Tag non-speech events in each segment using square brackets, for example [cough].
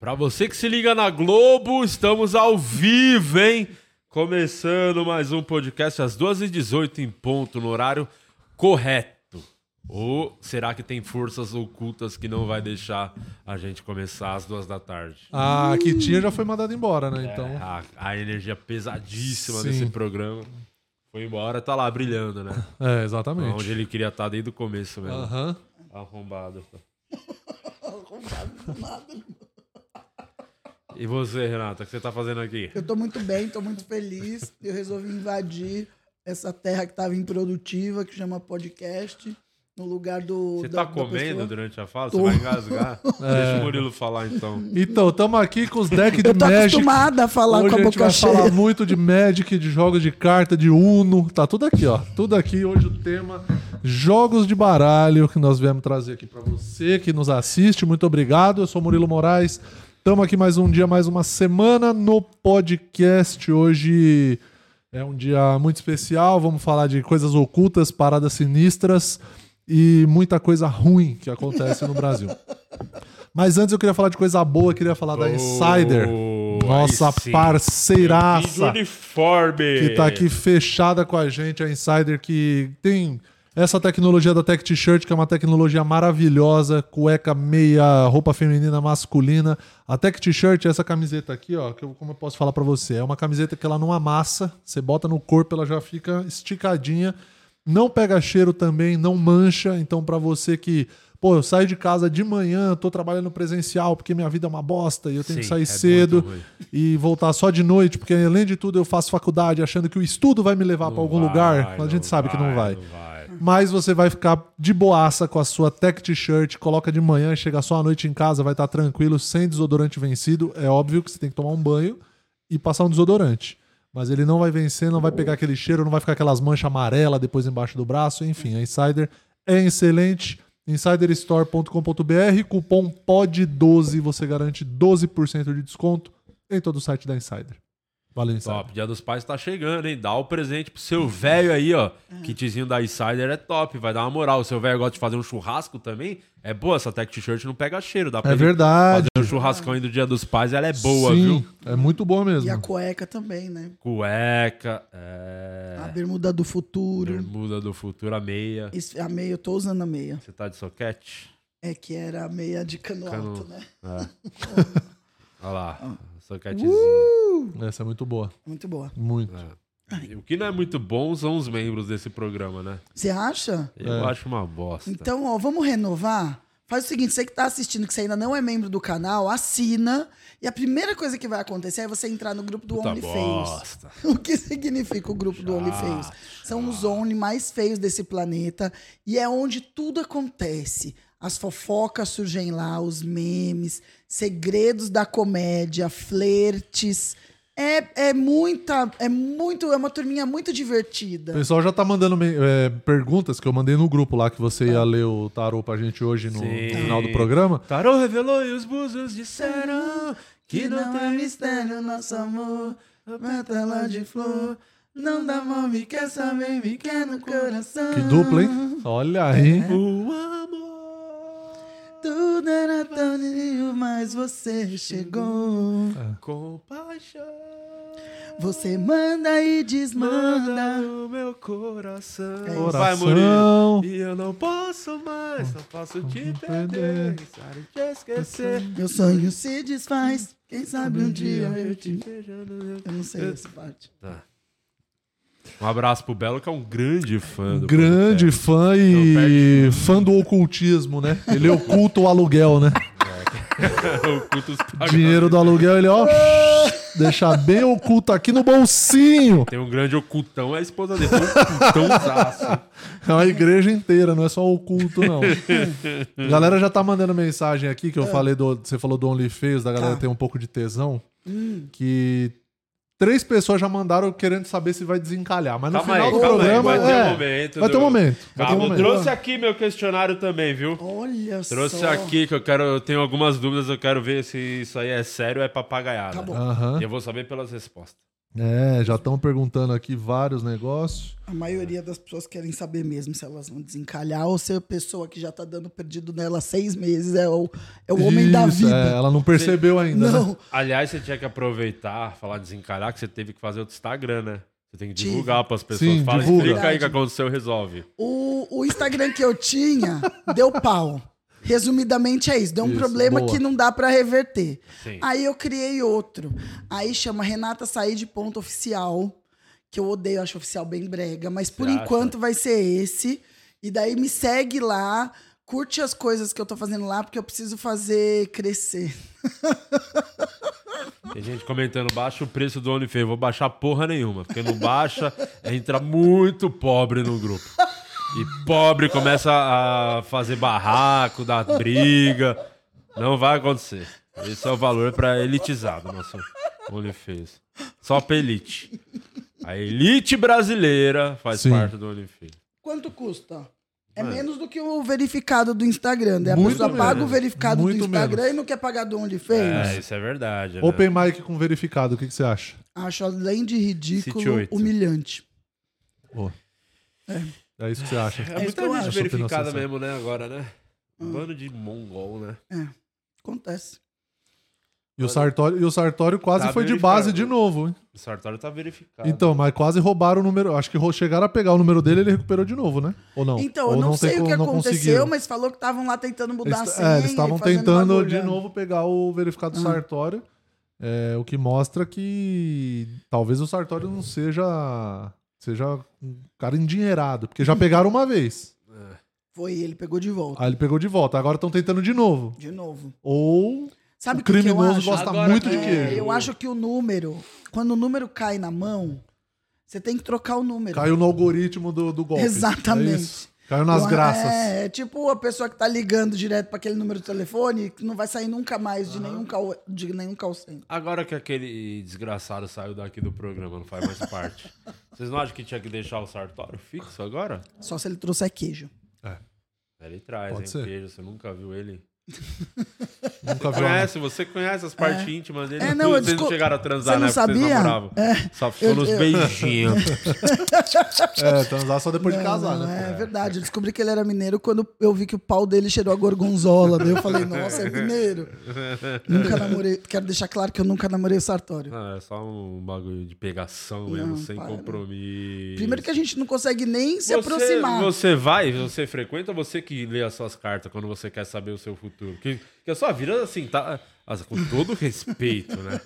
Pra você que se liga na Globo, estamos ao vivo, hein? Começando mais um podcast às 2h18 em ponto, no horário correto. Ou será que tem forças ocultas que não vai deixar a gente começar às duas da tarde? A Ah, que tinha já foi mandada embora, né? Então. A, a energia pesadíssima Sim. desse programa foi embora, tá lá brilhando, né? É, exatamente. Onde ele queria estar desde o começo mesmo. Aham. Arrombado. E você, Renata, o que você tá fazendo aqui? Eu tô muito bem, tô muito feliz. Eu resolvi invadir essa terra que tava improdutiva, que chama podcast, no lugar do. Você tá da- da comendo pessoa. durante a fala? Tô. Você vai [laughs] engasgar? É. Deixa o Murilo falar então. Então, estamos aqui com os [laughs] decks de Eu tô Magic. acostumada a falar hoje com a gente boca vai cheia. falar muito de Magic, de jogos de carta, de Uno. Tá tudo aqui, ó. Tudo aqui. Hoje o tema jogos de baralho que nós viemos trazer aqui pra você que nos assiste. Muito obrigado. Eu sou Murilo Moraes. Estamos aqui mais um dia, mais uma semana no podcast. Hoje é um dia muito especial. Vamos falar de coisas ocultas, paradas sinistras e muita coisa ruim que acontece no [laughs] Brasil. Mas antes eu queria falar de coisa boa, eu queria falar da Insider. Oh, Nossa aí sim. E de parceiraça uniforme. que tá aqui fechada com a gente, a Insider que tem essa tecnologia da Tech T-shirt, que é uma tecnologia maravilhosa, cueca meia, roupa feminina, masculina. A Tech T-shirt é essa camiseta aqui, ó, que eu, como eu posso falar pra você, é uma camiseta que ela não amassa, você bota no corpo, ela já fica esticadinha, não pega cheiro também, não mancha, então pra você que Pô, eu saio de casa de manhã, tô trabalhando presencial porque minha vida é uma bosta e eu tenho que Sim, sair é cedo muito ruim. e voltar só de noite, porque além de tudo eu faço faculdade achando que o estudo vai me levar para algum Não lugar, vai, mas a gente sabe que não vai. Não vai. Mas você vai ficar de boaça com a sua tech t-shirt, coloca de manhã, chega só à noite em casa, vai estar tranquilo, sem desodorante vencido. É óbvio que você tem que tomar um banho e passar um desodorante. Mas ele não vai vencer, não vai pegar aquele cheiro, não vai ficar aquelas manchas amarelas depois embaixo do braço. Enfim, a Insider é excelente. InsiderStore.com.br, cupom POD12, você garante 12% de desconto em todo o site da Insider. Valeu, Insider. Top, Dia dos Pais tá chegando, hein? Dá o presente pro seu velho aí, ó. Kitzinho da Insider é top, vai dar uma moral. O seu velho gosta de fazer um churrasco também. É boa, essa tech t-shirt não pega cheiro, dá pra É ele verdade. fazer um churrascão aí do Dia dos Pais, ela é boa, Sim, viu? É muito boa mesmo. E a cueca também, né? Cueca, é... Tá A bermuda do futuro. bermuda do futuro, a meia. Isso- A meia, eu tô usando a meia. Você tá de soquete? É que era a meia de cano Cano- alto, né? É. Olha Ah. lá, soquetezinho. Essa é muito boa. Muito boa. Muito. O que não é muito bom são os membros desse programa, né? Você acha? Eu acho uma bosta. Então, ó, vamos renovar? Faz o seguinte, você que tá assistindo, que você ainda não é membro do canal, assina. E a primeira coisa que vai acontecer é você entrar no grupo do Puta OnlyFans. bosta. [laughs] O que significa o grupo do Only Feios? São os Only mais feios desse planeta e é onde tudo acontece. As fofocas surgem lá, os memes, segredos da comédia, flertes. É, é muita, é muito, é uma turminha muito divertida. O pessoal já tá mandando me- é, perguntas que eu mandei no grupo lá que você ia ler o tarô pra gente hoje no, no Sim. final do programa. Tarô revelou e os búzios disseram que é não tem mistério. nosso amor, pétala de flor. Não dá me quer saber, me quer no coração. Que dupla, hein? Olha aí. O amor Tudo era tão lindo, mas você chegou. É. com paixão Você manda e manda desmanda. no meu coração. É isso. Vai, Murilo. Coração. E eu não posso mais, não posso te perder, perder. pensar em te esquecer. Meu sonho se desfaz. Quem sabe um dia eu te. beijando. Eu não sei essa parte. Um abraço pro Belo, que é um grande fã do Grande podcast. fã e fã do ocultismo, né? Ele oculta o aluguel, né? o culto está- [laughs] Dinheiro do aluguel, ele, ó, deixa bem oculto aqui no bolsinho. Tem um grande ocultão, é a esposa dele. Tem um ocultãozaço. É uma igreja inteira, não é só oculto, [laughs] não. A galera já tá mandando mensagem aqui que eu falei do. Você falou do OnlyFans, da galera Ah. Tá. Hum. tem um pouco de tesão. Que três pessoas já mandaram querendo saber se vai desencalhar. Mas [laughs] no Calma final aí, do calma aí, programa. vai ter um é, momento Vai ter um do- momento. vai ter um Calma, momento. trouxe aqui meu questionário também, viu? Olha Trouxe só. aqui que eu quero, eu tenho algumas dúvidas, eu quero ver se isso aí é sério ou é papagaiada. Tá bom. Aham. E eu vou saber pelas respostas. É, já estão perguntando aqui vários negócios. A maioria das pessoas querem saber mesmo se elas vão desencalhar ou se a pessoa que já tá dando perdido nela há seis meses é o, é o homem da Isso, vida. é, ela não percebeu ainda. né? Não, Aliás, você tinha que aproveitar, falar desencalhar, que você teve que fazer outro Instagram, né? Você tem que Tive. divulgar pras pessoas. Sim, Fala, divulga. explica aí o que Verdade. aconteceu, resolve. o, o Instagram que eu tinha deu pau. Resumidamente é isso. Deu um Isso, problema boa. que não dá pra reverter. Sim. Aí eu criei outro. Aí chama Renata Sair de Ponto Oficial, que eu odeio, acho oficial bem brega, mas por acha? enquanto vai ser esse. E daí me segue lá, curte as coisas que eu tô fazendo lá, porque eu preciso fazer crescer. Tem gente comentando, baixa o preço do OnlyFans. Vou baixar porra nenhuma, porque não baixa, [laughs] entra muito pobre no grupo. E pobre começa a fazer barraco, dar briga. Não vai acontecer. Esse é o valor pra elitizado, nosso OnlyFans. Só pra elite. A elite brasileira faz Sim. parte do OnlyFans. Quanto custa? É menos do que o verificado do Instagram. Né? A Muito pessoa paga menos. o verificado Muito do Instagram menos. e não quer pagar do É, OnlyFans. isso é verdade. Né? Open mic com verificado, o que, que você acha? Acho além de City ridículo, oito. humilhante. Boa. É. isso que você acha. É isso que muita eu gente acho. verificada Opinião mesmo, né? Agora, né? Bando de mongol, né? Acontece. E o Sartório, e o Sartório quase Tá foi de base verificado. de novo, hein? O Sartório tá verificado. Então, mas quase roubaram o número. Acho que ro- chegaram a pegar o número dele e ele recuperou de novo, né? Ou não? Então, Ou eu não, sei o como- que não aconteceu, conseguiram. mas falou que estavam lá tentando mudar a Eles, senha. é, eles estavam e fazendo Hum. tentando bagulho, de né? novo pegar o verificado Sartório, é, o que mostra que talvez o Sartório não seja seja um cara endinheirado, porque já pegaram uma vez. Foi, ele pegou de volta. Aí ele pegou de volta, agora estão tentando de novo. De novo. Ou Sabe o que que eu criminoso acho? gosta Agora muito de que- É, queijo. eu acho que o número, quando o número cai na mão, você tem que trocar o número. Caiu no algoritmo do, do golpe. Exatamente. É isso. Caiu nas Eu- graças. É, é tipo a pessoa que tá ligando direto pra aquele número de telefone, que não vai sair nunca mais de nenhum call, de nenhum call center. Agora que aquele desgraçado saiu daqui do programa, não faz mais [laughs] parte. Vocês não acham que tinha que deixar o Sartório fixo agora? Só se ele trouxer queijo. [laughs] Ele traz, Pode hein, ser. queijo. Você nunca viu ele. Nunca viu. uma- Conhece, você conhece as partes íntimas dele. Tá É, tudo. não, eu vocês não descul- chegaram a transar, Você não né? Porque sabia? É. Vocês namoravam. Só ficou eu- nos eu- beijinhos. [laughs] É, transar só depois de casar, Não, né? É verdade. Eu descobri que ele era mineiro quando eu vi que o pau dele cheirou a gorgonzola. Daí eu [laughs] falei, nossa, é mineiro. nunca namorei. Quero deixar claro que eu nunca namorei o Sartório. Não, é só um bagulho de pegação mesmo, Não, sem para. né? compromisso. Primeiro que a gente não consegue nem se Você- aproximar. Você vai, você frequenta, você que lê as suas cartas quando você quer saber o seu futuro. Que, que a sua vida, assim, tá. as- Com todo respeito, né?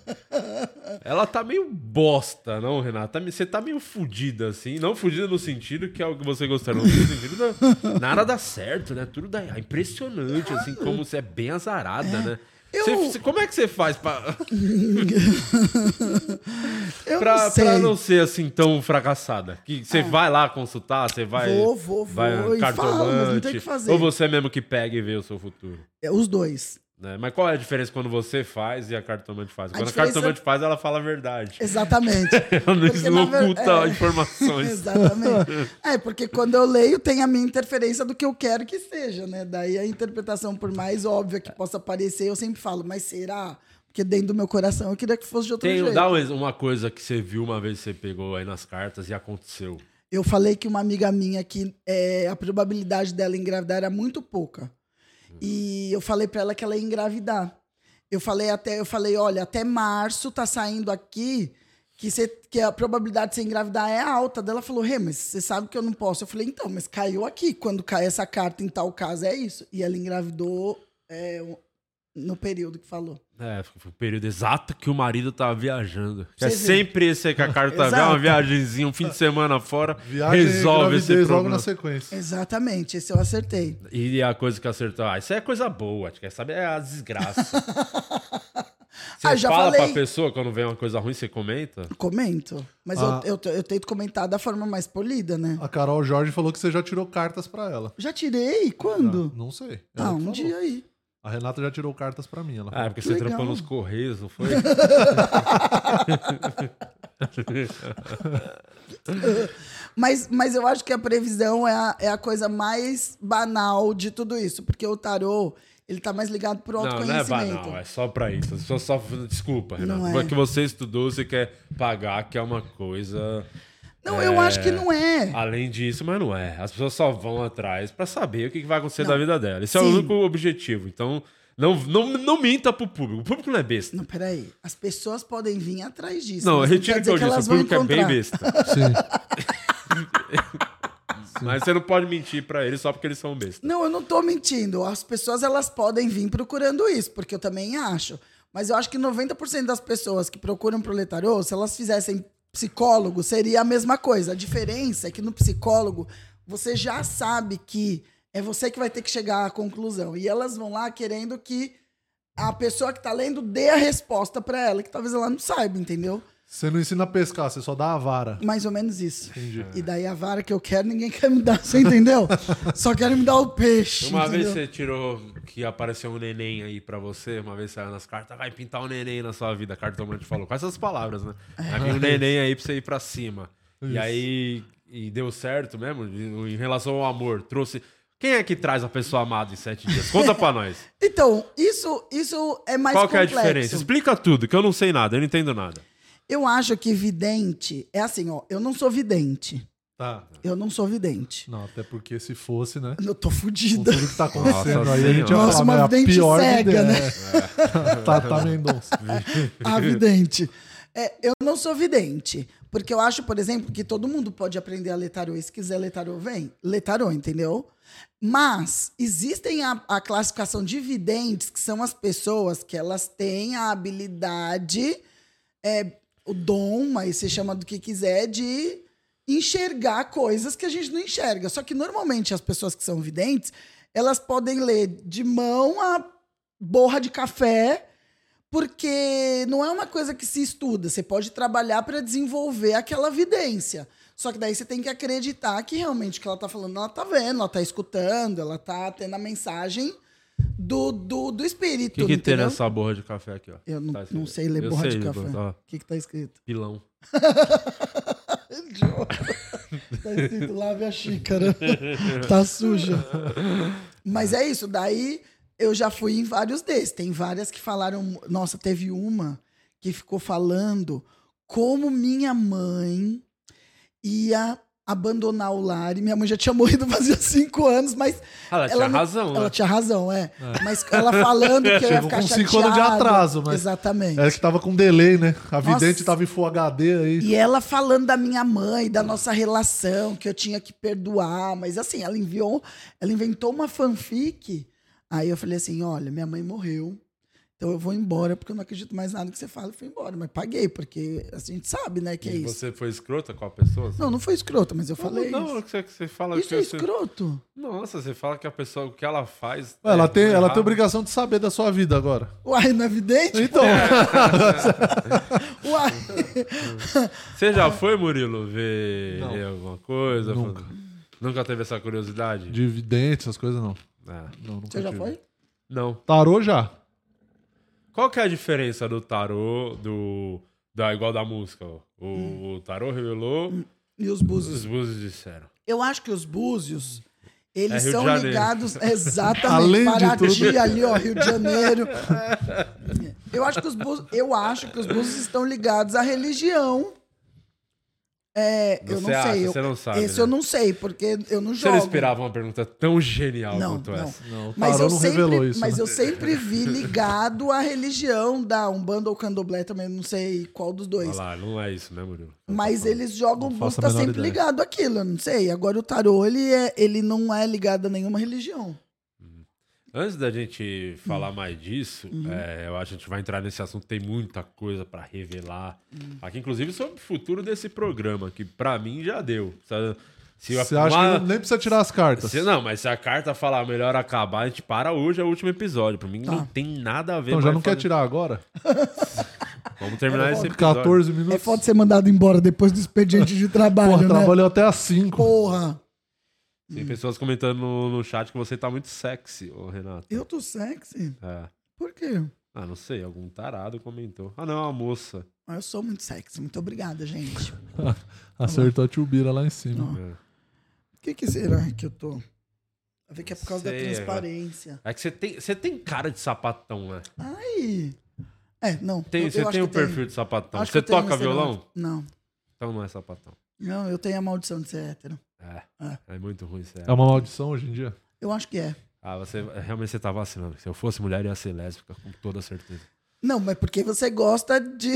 Ela tá meio bosta, não, Renata? Você tá meio fudida, assim. Não fudida no sentido que é o que você gostaria. Não, no sentido da, nada dá certo, né? Tudo dá é impressionante, assim, como você é bem azarada, né? Eu- Você- você- como é que você faz pra, [laughs] Eu pra, não sei. É. pra não ser assim tão fracassada? Que você vai lá consultar, você vai. Vou, vou, vai vou. e falo, mas não tem o que cartomante. fazer. Ou você mesmo que pega e vê o seu futuro. É, Os dois. né? Mas qual é a diferença quando você faz e a cartomante faz? A quando a diferença- cartomante faz, ela fala a verdade. Exatamente. [laughs] Ela não Porque, na ver- oculta é. [laughs] informações. Exatamente. É, porque quando eu leio, tem a minha interferência do que eu quero que seja, né? Daí a interpretação, por mais óbvia que possa parecer, eu sempre falo, mas será? Porque dentro do meu coração eu queria que fosse de outro Tem, jeito. dá um ex- uma coisa que você viu uma vez que você pegou aí nas cartas e aconteceu. Eu falei que uma amiga minha que é, a probabilidade dela engravidar era muito pouca. E eu falei pra ela que ela ia engravidar. Eu falei até, eu falei, olha, até março tá saindo aqui que, você- que a probabilidade de você engravidar é alta. Daí Ela falou, Rê, mas você sabe que eu não posso. Eu falei, então, mas caiu aqui. Quando cai essa carta em tal caso, é isso. E ela engravidou é, o- no período que falou. É, foi o período exato que o marido tava viajando. Que é Você viu. sempre esse aí que a carta vê, uma Exato. viagemzinha, um fim de semana fora, Viagem resolve e esse gravidez logo problema. na sequência. Exatamente, esse eu acertei. E é a coisa que acertou, ah, isso é coisa boa, quer saber? É a [laughs] desgraça. Você Ah, já fala falei. pra pessoa quando vem uma coisa ruim, você comenta? Comento. Mas Ah. eu, eu, eu tento comentar da forma mais polida, né? A Carol Jorge falou que você já tirou cartas pra ela. Já tirei? Quando? Não sei. É É Ela Ah, que um falou. dia aí. A Renata já tirou cartas pra mim. Ah, Ela é falou. porque que você legal. trampou nos Correios, não foi? [laughs] Mas, mas eu acho que a previsão é a, é a coisa mais banal de tudo isso. Porque o tarô, Ele tá mais ligado pro Não, não é autoconhecimento. banal, é só pra isso. As pessoas só. Desculpa, Renato. Não é. Foi que você estudou, você quer pagar, que é uma coisa. Não, eu acho que não é. Além disso, mas não é. As pessoas só vão atrás pra saber o que que vai acontecer Não. da vida dela. Esse é Sim. o único objetivo. Então, não, não, não minta pro público. O público não é besta. Não, peraí. As pessoas podem vir atrás disso. Não, mas retira quer o que eu dizer disse. elas O vão público é bem encontrar. [laughs] besta. Sim. Mas você não pode mentir pra eles só porque eles são besta. Não, eu não tô mentindo. As pessoas elas podem vir procurando isso, porque eu também acho. Mas eu acho que 90% das pessoas que procuram proletário, se elas fizessem psicólogo, seria a mesma coisa. A diferença é que no psicólogo você já sabe que é você que vai ter que chegar à conclusão. E elas vão lá querendo que a pessoa que tá lendo dê a resposta pra ela, que talvez ela não saiba, entendeu? Você não ensina a pescar, você só dá a vara. Mais ou menos isso. Entendi. E daí a vara que eu quero, ninguém quer me dar, [laughs] você entendeu? Só querem me dar o peixe. Uma vez entendeu? você tirou que apareceu um neném aí pra você, uma vez saiu nas cartas, vai pintar um neném na sua vida. A cartomante falou, com essas palavras, né? Vai É. vir um neném aí pra você ir pra cima. E aí, e deu certo mesmo, em relação ao amor, trouxe... Quem é que traz a pessoa amada em sete dias? Conta pra nós. Então, isso, isso é [laughs] mais Qual que é a complexo. diferença? Explica tudo, que eu não sei nada, eu não entendo nada. Eu acho que vidente é assim, ó. Eu não sou vidente. Tá. Eu não sou vidente. Não, até porque se fosse, né? Eu tô Com [laughs] fudida. tudo que tá acontecendo Nossa aí, a gente ia senhora. falar, Nossa, mas é uma a vidente pior cega, ideia. né? [laughs] É. Tata Mendonça. A vidente. É, eu não sou vidente. Porque eu acho, por exemplo, que todo mundo pode aprender a ler tarô. E se quiser ler tarô, vem. Ler tarô, entendeu? Mas existem a, a classificação de videntes, que são as pessoas que elas têm a habilidade, é, o dom, aí se chama do que quiser, de enxergar coisas que a gente não enxerga. Só que normalmente as pessoas que são videntes, elas podem ler de mão a borra de café, porque não é uma coisa que se estuda. Você pode trabalhar para desenvolver aquela vidência. Só que daí você tem que acreditar que realmente o que ela tá falando, ela tá vendo, ela tá escutando, ela tá tendo a mensagem do, do, do O espírito. que, que tem entendeu? nessa borra de café aqui, ó? Eu não, Tá não escrito. sei ler Eu borra sei, de café. ó, O que, que tá escrito? Pilão. tá escrito lave a xícara. tá suja. Mas é isso, daí eu já fui em vários desses. Tem várias que falaram. Nossa, teve uma que ficou falando como minha mãe ia abandonar o lar. E minha mãe já tinha morrido [laughs] fazia cinco anos, mas. Ela, tinha não- razão, né? Ela tinha razão, é. Mas ela falando que eu [laughs] ia Chegou ficar com chateada. cinco anos de atraso, mas- Exatamente. É que tava com delay, né? A Nossa. vidente tava em Full HD aí. E ela falando da minha mãe, da nossa relação, que eu tinha que perdoar, mas assim, ela enviou, ela inventou uma fanfic. Aí eu falei assim: olha, minha mãe morreu, então eu vou embora, porque eu não acredito mais nada que você fala. Eu fui embora, mas paguei, porque a gente sabe, né, que é E isso. Você foi escrota com a pessoa? Não, não foi escroto, mas eu falei Não, isso. não, você, você fala Isso que é você- escroto? Nossa, você fala que a pessoa, o que ela faz. Ué, ela, é tem, errado. ela tem obrigação de saber da sua vida agora. Uai, não é evidente? Então, É. [laughs] [laughs] Uai. Você já foi, Murilo, ver Não. ler alguma coisa? Nunca. Nunca teve essa curiosidade? de vidente, essas coisas não. Ah, não nunca Você já tive. foi? não. Tarô já. Qual que é a diferença do tarô, do. Da, igual da música? ó? O, Hum. o tarô revelou, E os búzios? os búzios disseram. Eu acho que os búzios, É eles Rio de são Janeiro. [laughs] ligados exatamente Além de Paraty tudo. ali, ó, Rio de Janeiro. Eu acho que os búzios, eu acho que os búzios estão ligados à religião. É, Você eu não acha? sei. eu- Você não sabe, Esse né? eu não sei, porque eu não Você jogo. não esperava uma pergunta tão genial Não, quanto não. essa. Não, o Mas, tarô eu não revelou sempre, isso. mas né? eu sempre vi ligado à religião da Umbanda ou Candomblé também, não sei qual dos dois. Olha lá, não é isso, né, Murilo? Mas eles jogam, o Não faço búzio tá a menor sempre ideia. ligado àquilo, eu não sei. Agora o tarô, ele, é, ele não é ligado a nenhuma religião. É Antes da gente Hum. falar mais disso, Uhum. é, eu acho que a gente vai entrar nesse assunto, tem muita coisa pra revelar. Hum. Aqui, inclusive, sobre o futuro desse programa, que pra mim já deu. Sabe? Se Você a- acha uma- que nem precisa tirar as cartas? se- não, mas se a carta falar melhor acabar, a gente para hoje, é o último episódio. Pra mim Tá. não tem nada a ver. Então já mais não quer É, fazer- tirar agora? Vamos terminar esse episódio. 14 É minutos. foda ser mandado embora depois do [laughs] expediente de trabalho, Porra, né? trabalhou até às 5. Porra, Tem pessoas comentando no, no chat que você tá muito sexy, ô Renato. eu tô sexy? É. Por quê? Ah, não sei, algum tarado comentou. Ah, não, é uma moça. Ah, Eu sou muito sexy. Muito obrigada, gente. é. Acertou a tchubira lá em cima. Não. O que, que será que eu tô? Vai ver que é por causa da Sei, transparência. É que você tem, você tem cara de sapatão, né? Ai. É, não. Tem, eu- você eu acho tem o que perfil de sapatão. Acho que Você eu tenho toca esse violão? negócio. Não. Então não é sapatão. Não, eu tenho a maldição de ser hétero. É. É. É muito ruim isso. é. É uma maldição hoje em dia? Eu acho que é. Ah, você realmente você tá vacilando. Se eu fosse mulher, eu ia ser lésbica, com toda certeza. Não, mas porque você gosta [laughs] de.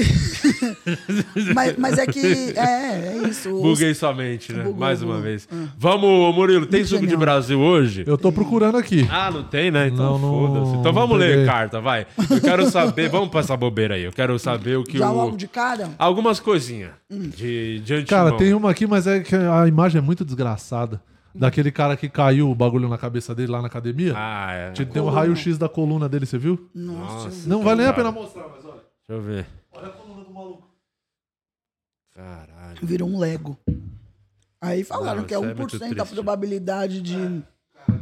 mas, mas é que. É, é isso. Os- Buguei sua mente, né? Bugou, Mais uma bugou. vez. Ah. Vamos, Murilo, tem Muito suco de genial. Brasil hoje? Eu tô procurando aqui. Ah, não tem, né? Então Não, não- foda-se. Então vamos não ler peguei. carta, vai. Eu quero saber, vamos pra essa bobeira aí. Eu quero saber o que Já o. logo de Hum. cara? Algumas coisinhas de, de antemão. Cara, tem uma aqui, mas é que a imagem é muito desgraçada. Daquele cara que caiu o bagulho na cabeça dele lá na academia. Ah, é. Te deu um coluna. raio-x da coluna dele, você viu? Hum. Nossa. Nossa. Não vale nem a cara. pena mostrar, mas olha. Deixa eu ver. Olha a coluna do maluco. Caralho. Virou um Lego. Aí falaram Não, que é isso é muito 1% a triste. É, probabilidade de.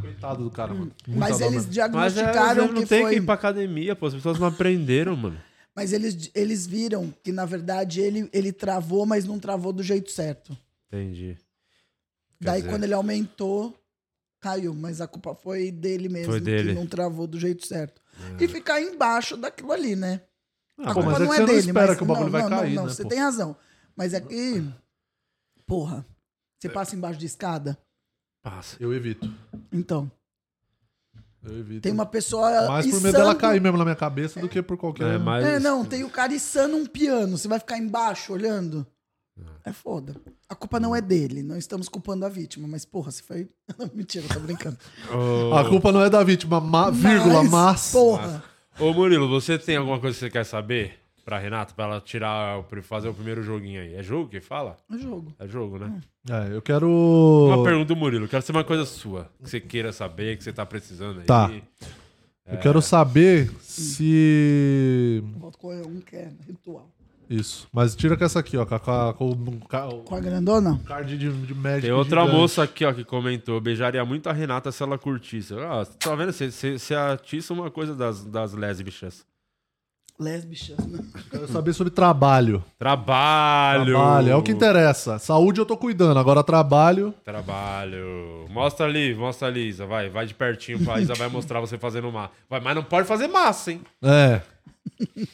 Coitado do cara, mano. Muita Hum. Mas dó eles mesmo. Mas é, mas diagnosticaram eu não que tem foi. que ir pra academia, pô. As pessoas não aprenderam, mano. Mas eles, eles viram que, na verdade, ele, ele travou, mas não travou do jeito certo. Entendi. Quer Daí, dizer- quando ele aumentou, caiu. Mas a culpa foi dele mesmo, Foi dele. É. que não travou do jeito certo. E ficar embaixo daquilo ali, né? Ah, a Pô, culpa mas- mas é não que é, você não dele. espera mas que o bagulho não, vai não, não, cair, não, né, Você pô? tem razão. Mas é que... Porra. Você É. passa embaixo de escada? Passa. Eu evito. Então, Eu evito. tem uma pessoa Mais por medo içando- dela cair mesmo na minha cabeça do que por qualquer. um. É, mas... É, não, tem o cara içando um piano. Você vai ficar embaixo olhando? É foda. A culpa não é dele. Não estamos culpando a vítima. Mas, porra, você foi... [laughs] Mentira, tô brincando. Ô, A culpa não é da vítima, ma- [laughs] vírgula, mas. Porra. Ô, Murilo, você tem alguma coisa que você quer saber pra Renata? Pra ela tirar, o- fazer o primeiro joguinho aí. É jogo que fala? É jogo. É jogo, né? É, eu quero. Uma pergunta do Murilo. Quero saber uma coisa sua. Que você queira saber, que você tá precisando aí. Tá. Eu É. quero Hum. saber se. Volto com um que é ritual. Isso. Mas tira com essa aqui, ó. Com, a- com, a- com o ca- o Com a grandona? card de, de médico. Tem outra gigante. moça aqui, ó, que comentou. Beijaria muito a Renata se ela curtisse. Ah, tá vendo? Você- Você você atiça uma coisa das, das lésbicas. Lésbicas, né? Quero saber sobre trabalho. Trabalho! Trabalho, é o que interessa. Saúde eu tô cuidando, agora trabalho. Trabalho. Mostra ali, mostra ali, Isa. Vai, vai de pertinho pra Isa, vai mostrar você fazendo massa. Vai, mas não pode fazer massa, hein? É. [laughs]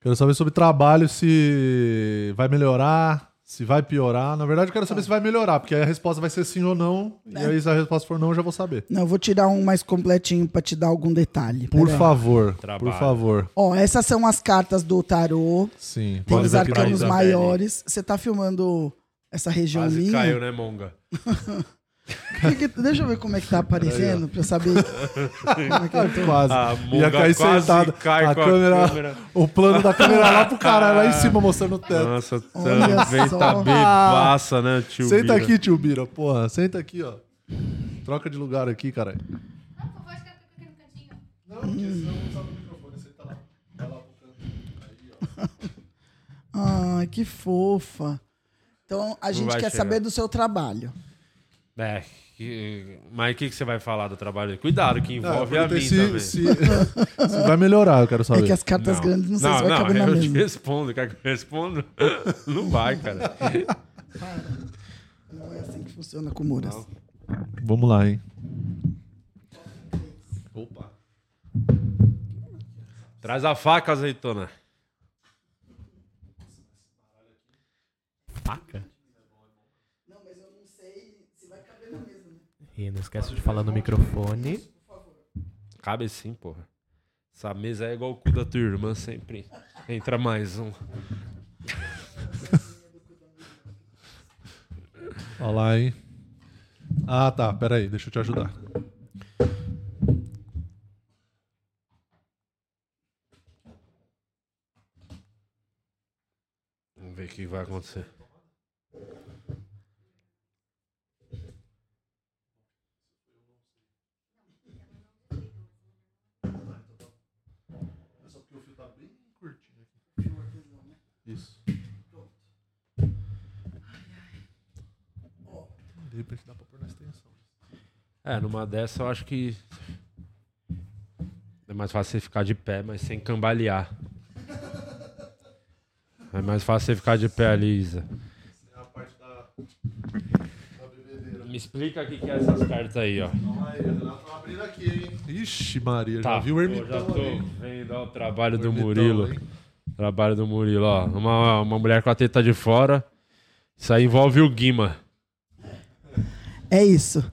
quero saber sobre trabalho, se vai melhorar, se vai piorar. Na verdade, eu quero saber se vai melhorar, porque aí a resposta vai ser sim ou não. E aí, se a resposta for não, eu já vou saber. Não, eu vou tirar um mais completinho pra te dar algum detalhe. Por Pera aí. favor, Trabalho. por favor. Ó, essas são as cartas do tarô. Sim. Tem Pode os ver que dá arcanos Isabelle. maiores. Você tá filmando essa região Quase minha? caiu, né, Monga? Que que- deixa eu ver como é que tá aparecendo pra eu saber. Quase. Ah, Ia Monga cair quase sentado. cai a com a câmera, câmera. O plano da câmera lá pro cara, lá em cima, mostrando o teto. Nossa, Olha também só. tá bebaça, né, Ah, tio? Senta Bira? aqui, tio Bira, porra. Senta aqui, ó. Troca de lugar aqui, caralho. Ah, por favor, fica aqui no cantinho. Não, porque senão não sabe o microfone. Senta lá. Vai lá pro canto. Ai, que fofa. Então, a gente vai quer chegar. saber do seu trabalho. É, que- mas o que, que você vai falar do trabalho? Cuidado, que envolve a mim Ah, se, também. se, [laughs] se vai melhorar, eu quero É saber. que as cartas grandes não, sei se vai não, caber na eu te mesma. respondo. Quer que eu responda? [laughs] Não vai, cara. Não é assim que funciona com Muras. Vamos lá, hein. Opa. Traz a faca, azeitona. Faca? E não esquece de falar no microfone. Cabe sim, porra. Essa mesa é igual o cu da tua irmã, sempre. Entra mais um. Olha lá, hein. Ah, tá. Pera aí. Deixa eu te ajudar. Vamos ver o que vai acontecer. É tá Isso. De repente dá pra pôr na extensão. É, numa dessa eu acho que. É mais fácil você ficar de pé, mas sem cambalear. É mais fácil você ficar de pé ali, Isa. É a parte da... Me explica o que que é essas cartas aí, ó. Aí, Renato, abrindo aqui, hein? Ixi, Maria, Tá, já viu o eu já ermitão tô ali? vendo ó, o trabalho do Ermitão, Murilo. hein? Trabalho do Murilo, ó. Uma, uma mulher com a teta de fora. Isso aí envolve o Guima. É isso.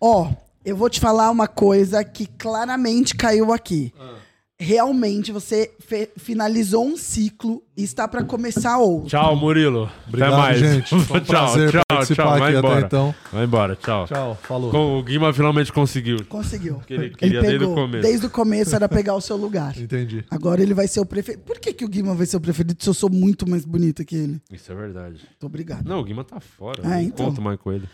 Ó, eu vou te falar uma coisa que claramente caiu aqui. Ah. Realmente você fe- finalizou um ciclo e está para começar outro. Tchau, Murilo. Obrigado, Até mais. gente. [laughs] Foi um tchau, prazer tchau, participar tchau. Vai aqui até embora. então. Vai embora, tchau. Tchau, falou. Com- o Guima finalmente conseguiu. Conseguiu. Que ele queria desde o começo. Desde o começo era pegar o seu lugar. Entendi. Agora ele vai ser o preferido. Por que, que o Guima vai ser o preferido se eu sou muito mais bonita que ele? Isso é verdade. Muito obrigado. Não, o Guima tá fora. Ah, não então. conto mais com ele.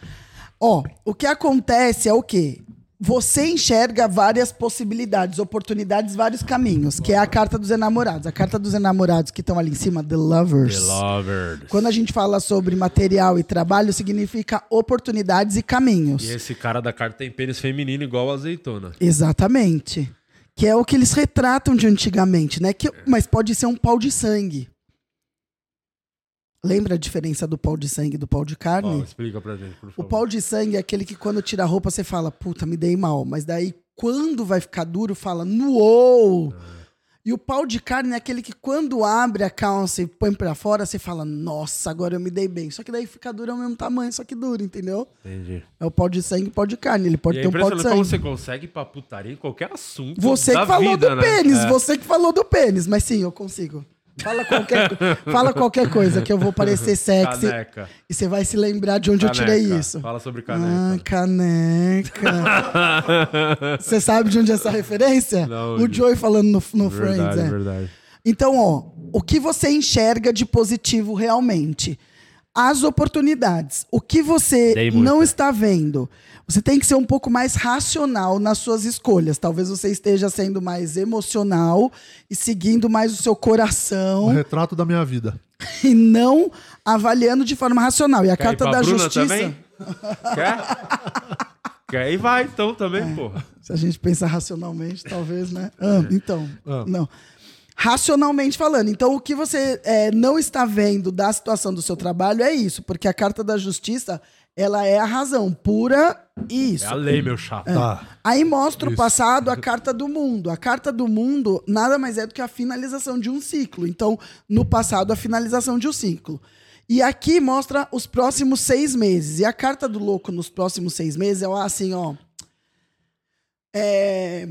Ó, o que acontece é o quê? Você enxerga várias possibilidades, oportunidades, vários caminhos, que é a carta dos enamorados. A carta dos enamorados que estão ali em cima, The Lovers. Beloved. Quando a gente fala sobre material e trabalho, significa oportunidades e caminhos. E esse cara da carta tem pênis feminino igual a azeitona. Exatamente. Que é o que eles retratam de antigamente, né? Que, mas pode ser um pau de sangue. Lembra a diferença do pau de sangue e do pau de carne? Ó, explica pra gente, por O favor. pau de sangue é aquele que quando tira a roupa você fala, puta, me dei mal. Mas daí quando vai ficar duro, fala, nuou! E o pau de carne é aquele que quando abre a calça e põe pra fora, você fala, nossa, agora eu me dei bem. Só que daí fica duro é o mesmo tamanho, só que duro, entendeu? Entendi. É o pau de sangue e pau de carne. Ele pode E é ter um pau de impressionante como sangue. você consegue ir pra putaria em qualquer assunto. Você da que falou vida, do né? pênis, É. você que falou do pênis, mas sim, eu consigo. Fala [laughs] qualquer, co- fala qualquer coisa é que eu vou parecer sexy Caneca. e você vai se lembrar de onde eu tirei Caneca. isso. Fala sobre Ah, caneca. caneca. [laughs] Você sabe de onde é essa referência? Não, o onde? Joey falando no, no Friends, verdade, é. verdade. Então, ó, o que você enxerga de positivo realmente? As oportunidades. O que Dei você muita. não está vendo? Você tem que ser um pouco mais racional nas suas escolhas. Talvez você esteja sendo mais emocional e seguindo mais o seu O coração retrato da minha vida. [laughs] e não avaliando de forma racional. E a Quer ir carta pra da Bruna justiça. também? Quer? Quer? E vai então É. também, porra. Se a gente pensar racionalmente, talvez, né? Ah, É. então, Ah. não. Racionalmente falando. Então, o que você eh, não está vendo da situação do seu trabalho é isso, porque a carta da justiça, ela é a razão pura e isso. É a lei, meu chato. Tá. Aí mostra o Isso. passado a carta do mundo. A carta do mundo nada mais é do que a finalização de um ciclo. Então, no passado, a finalização de um ciclo. E aqui mostra os próximos seis meses. E a carta do louco nos próximos seis meses é ó, assim, ó. É,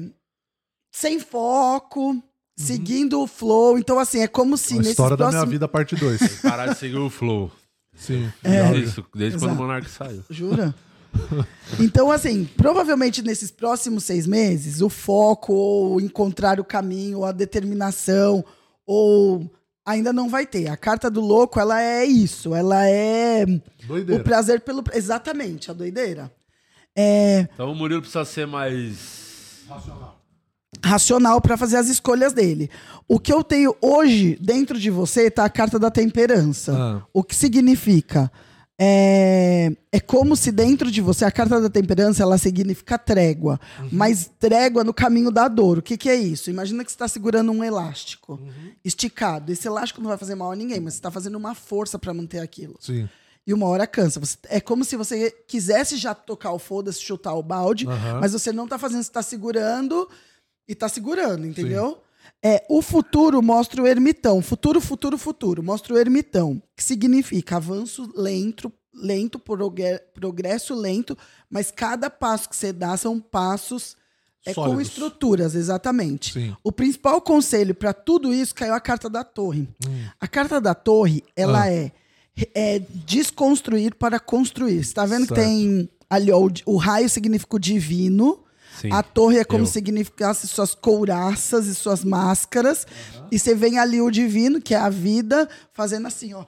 sem foco, seguindo o flow. Então, assim, é como se a nesses Uhum. história da minha próximos- vida, parte [laughs] 2. Parar de seguir o flow. Sim. É. Isso, desde Exato. quando o Monark saiu. Jura? [laughs] Então, assim, provavelmente nesses próximos seis meses, o foco, ou encontrar o caminho, ou a determinação, ou ainda não vai ter. A carta do louco, ela é isso, ela é Doideira. o prazer pelo. Exatamente, a doideira. É Então o Murilo precisa ser mais. racional para fazer as escolhas dele. O que eu tenho hoje dentro de você tá a carta da temperança. Ah. O que significa? É, é como se dentro de você, a carta da temperança, ela significa trégua. Mas trégua no caminho da dor. O que, que é isso? Imagina que você está segurando um elástico esticado. Esse elástico não vai fazer mal a ninguém, mas você está fazendo uma força para manter aquilo. Sim. E uma hora cansa. Você- é como se você quisesse já tocar o foda-se, chutar o balde, Aham. mas você não tá fazendo, você tá segurando e tá segurando, entendeu? É, o futuro mostra o ermitão. Futuro, futuro, futuro. Mostra o ermitão. Que significa avanço lento, lento, progue- progresso lento, mas cada passo que você dá são passos é, com Sólidos. estruturas, exatamente. Sim. O principal conselho para tudo isso caiu a carta da torre. A carta da torre, ela Ah. é, é desconstruir para construir. Você tá vendo que Certo. tem ali, ó, o, di- o raio significa o divino. Sim. a torre é como eu. se significasse suas couraças e suas máscaras. E você vem ali o divino, que é a vida, fazendo assim, ó.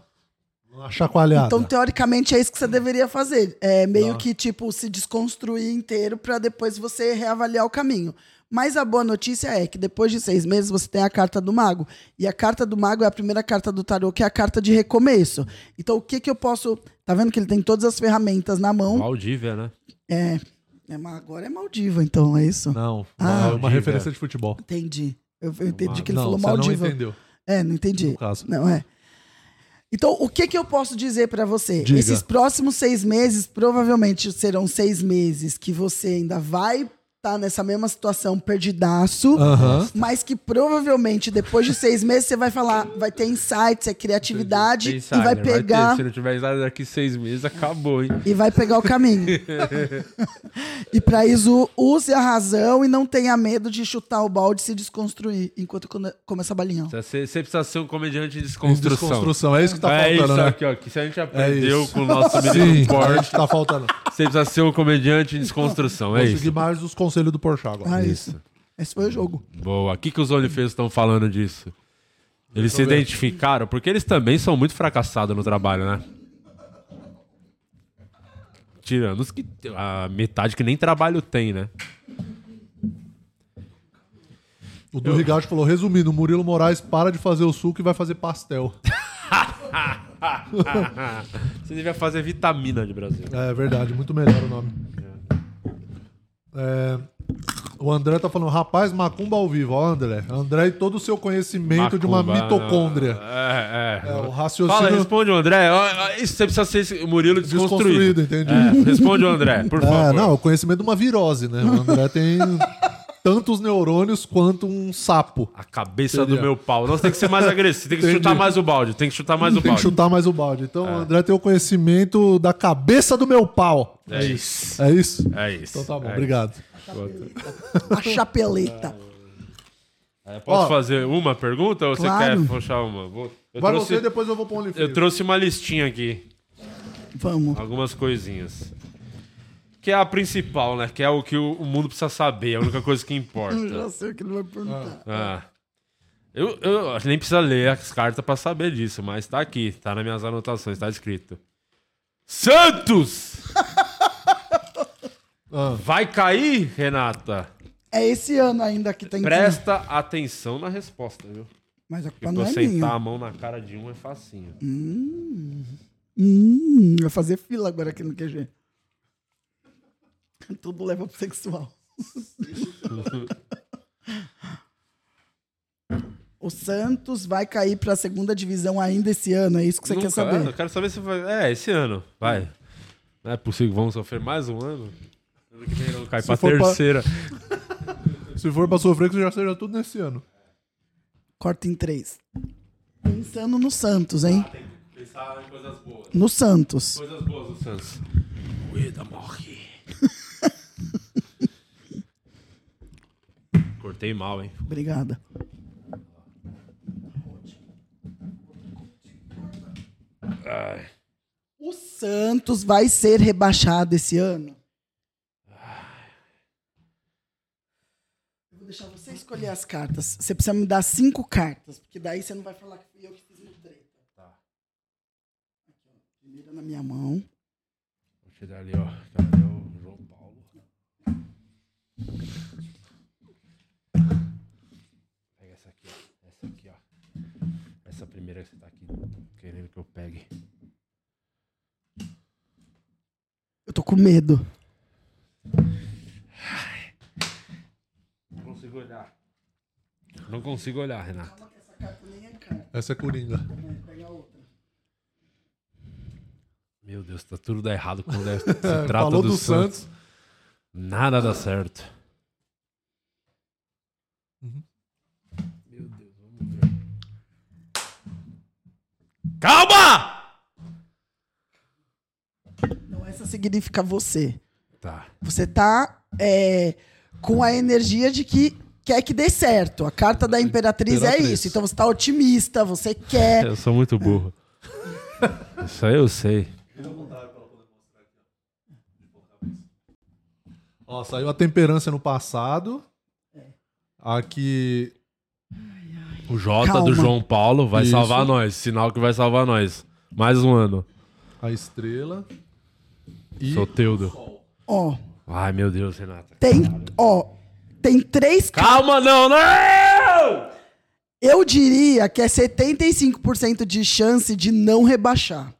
Uma chacoalhada. Então, teoricamente, é isso que você deveria fazer. É meio Tá. que, tipo, se desconstruir inteiro para depois você reavaliar o caminho. Mas a boa notícia é que depois de seis meses você tem a carta do mago. E a carta do mago é a primeira carta do tarô, que é a carta de recomeço. Então, o que que eu posso. Tá vendo que ele tem todas as ferramentas na mão? Maldívia, né? É. é ma- agora é Maldiva, então, é isso? Não, uma- Ah. uma referência de futebol. Entendi. Eu eu entendi que ele não, falou você não Maldiva. entendeu. É, não entendi. No caso. Não, é. Então, o que, que eu posso dizer pra você? Diga. Esses próximos seis meses, provavelmente serão seis meses que você ainda vai estar nessa mesma situação, perdidaço. Aham. Mas que provavelmente depois de seis meses você vai falar, vai ter insights, é criatividade Tem e vai insider, pegar ter. Se não tiver nada daqui seis meses, acabou, hein? e vai pegar o [laughs] caminho. e para isso, use a razão e não tenha medo de chutar o balde e se desconstruir enquanto come- começa a balinhão. Tá, Você você precisa ser um comediante de desconstrução. Desconstrução. É isso que tá é faltando, isso né? aqui, ó. Que se a gente aprendeu isso. com o nosso Sim, menino [laughs] é Porte, isso que tá faltando. você precisa ser um comediante de desconstrução. É Vou isso. seguir mais os conselhos do Porchat agora. Ah, isso. Esse foi o jogo. Boa. O que, que os OnlyFans estão falando disso? Eles se identificaram, porque eles também são muito fracassados no trabalho, né? Tirando os que. A metade que nem trabalho tem, né? O do Rigacho falou, resumindo, o Murilo Moraes para de fazer o suco e vai fazer pastel. Você devia fazer vitamina de Brasil. É verdade, muito melhor o nome. É, o André tá falando, rapaz, macumba ao vivo. Ó, André. André e todo o seu conhecimento de uma Macumba, mitocôndria. É, é. É, o Fala, raciocínio responde o André. Ó, ó, Isso você precisa ser esse Murilo desconstruído, desconstruído. entendi. É, responde o André, [laughs] por É, favor. não, o conhecimento de uma virose, né? O André [laughs] tem tantos neurônios quanto um sapo. A cabeça Entendeu? do meu pau. Nós tem que ser mais agressivo, tem que Entendi. chutar mais o balde, tem que chutar mais o Tem que balde. É. chutar mais o balde. Então, o André tem o conhecimento da cabeça do meu pau. É isso. É isso? É isso. Então tá bom, É obrigado. A chapeleta. isso. É, Posso Ó. fazer uma pergunta ou você Claro. quer puxar uma? Vou- Eu, Vai trouxe, você e depois eu vou pôr um eu trouxe uma listinha aqui, Vamos. algumas coisinhas. Que é a principal, né? Que é o que o o mundo precisa saber, é a única coisa que [laughs] Eu importa. já sei o que ele vai perguntar. Ah. Eu, eu acho que nem precisa ler as cartas pra saber disso, mas tá aqui, tá nas minhas anotações, tá escrito. [laughs] Santos! Ah. Vai cair, Renata? É esse ano ainda que tem que... Presta Tipo assim, atenção na resposta, viu? Mas a Porque culpa não é sentar minha. a mão na cara de um é facinho. Hum, vai fazer fila agora aqui no QG. [laughs] Tudo leva pro sexual. [laughs] o Santos vai cair pra segunda divisão ainda esse ano, é isso que você Nunca, quer saber? é, Eu quero saber se vai. É, esse ano. Vai. Não é possível, vamos sofrer mais um ano? Ano que vem não cai pra for pra- terceira. Se for pra sofrer, que já seja tudo nesse ano. Corta em três. Pensando no Santos, hein? Pensar em coisas boas. No Santos. Coisas boas do Santos. O Ida morre. [laughs] Cortei mal, hein? Obrigada. O Santos vai ser rebaixado esse ano? Eu vou deixar você escolher as cartas. Você precisa me dar cinco cartas, porque daí você não vai falar que fui eu que fiz no treta. Primeira na minha mão. Vou tirar ali, ó. Cadê o João Paulo? Pega essa aqui, ó. Essa aqui, ó. Essa primeira que você tá aqui querendo que eu pegue. Eu tô com medo. Não consigo olhar. Não consigo olhar, Renato. Essa carta nem é carta, Essa é Coringa. né? Pega outra. Meu Deus, tá tudo dá errado quando é- se [laughs] trata Falou do, do, Santos. Santos. Nada dá certo. Meu Deus, vamos ver. Calma! Não, Então, essa significa você. Tá. Você tá é, com a energia de que quer que dê certo. A carta da Imperatriz, é Imperatriz. isso. Então você tá otimista, você quer. Eu sou muito burro. [laughs] Isso aí eu sei. Ó, saiu a temperança no passado. Aqui. O Jota Calma. do João Paulo vai Isso. salvar nós. Sinal que vai salvar nós. Mais um ano. A estrela. E. Sou Teudo. Ó, Ai, meu Deus, Renata. tem, ó, tem três. ca- Calma, não, não! Eu diria que é 75% de chance de não rebaixar.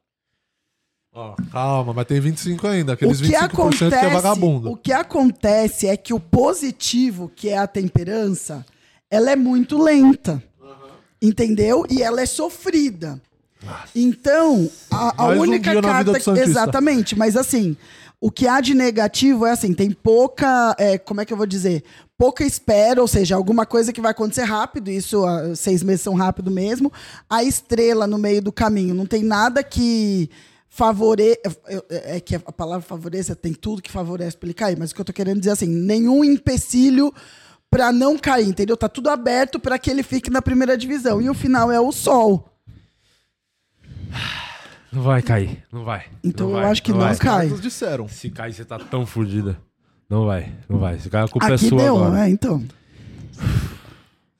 Ó, calma, mas tem 25 ainda. O Aqueles que 25% acontece? que é vagabundo. O que acontece é que o positivo, que é a temperança, ela é muito lenta. Entendeu? E ela é sofrida. Então, a, a Mais um única dia na vida carta. do Santista. exatamente, mas assim, o que há de negativo é assim, tem pouca. é, como é que eu vou dizer? Pouca espera, ou seja, alguma coisa que vai acontecer rápido, isso ah, seis meses são rápido mesmo. A estrela no meio do caminho. Não tem nada que favoreça. É que a palavra favoreça tem tudo que favorece pra ele cair, mas o que eu tô querendo dizer assim, nenhum empecilho pra não cair, entendeu? Tá tudo aberto pra que ele fique na primeira divisão. E o final é o sol. Não vai cair, não vai. Então vai, eu acho que não, vai. cai. Eles disseram. Se cair, você tá tão fodida. Não vai, não vai. Se cair, a culpa é Aqui sua deu, agora. né? Então,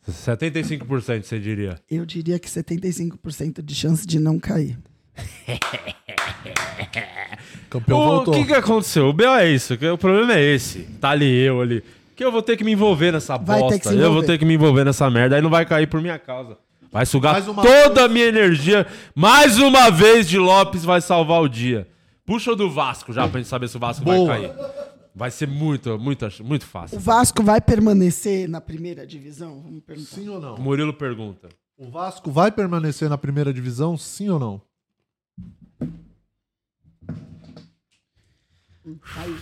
75% você diria. eu diria que 75% de chance de não cair. Campeão o voltou. que que aconteceu? O B.O. é isso. que O problema é esse. Tá ali eu ali. Que eu vou ter que me envolver nessa Vai ter bosta. que se eu vou envolver. ter que me envolver nessa merda. Aí não vai cair por minha causa. Vai sugar Mais uma toda a minha energia. Mais uma vez de Lopes vai salvar o dia. Puxa o do Vasco já pra gente saber se o Vasco Boa. vai cair. Vai ser muito, muito, muito fácil. O Vasco vai permanecer na primeira divisão? Vamos perguntar. Sim ou não? O Murilo pergunta. O Vasco vai permanecer na primeira divisão, sim ou não? Caiu.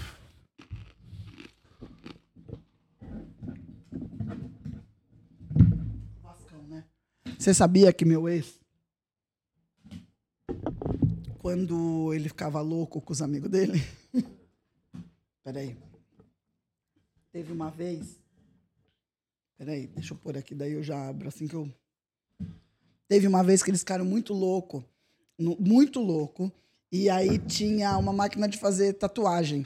Vascão, né? Você sabia que meu ex, quando ele ficava louco com os amigos dele, [laughs] peraí, teve uma vez, peraí, deixa eu pôr aqui, daí eu já abro assim que eu... Teve uma vez que eles ficaram muito louco, nu- muito louco, e aí tinha uma máquina de fazer tatuagem.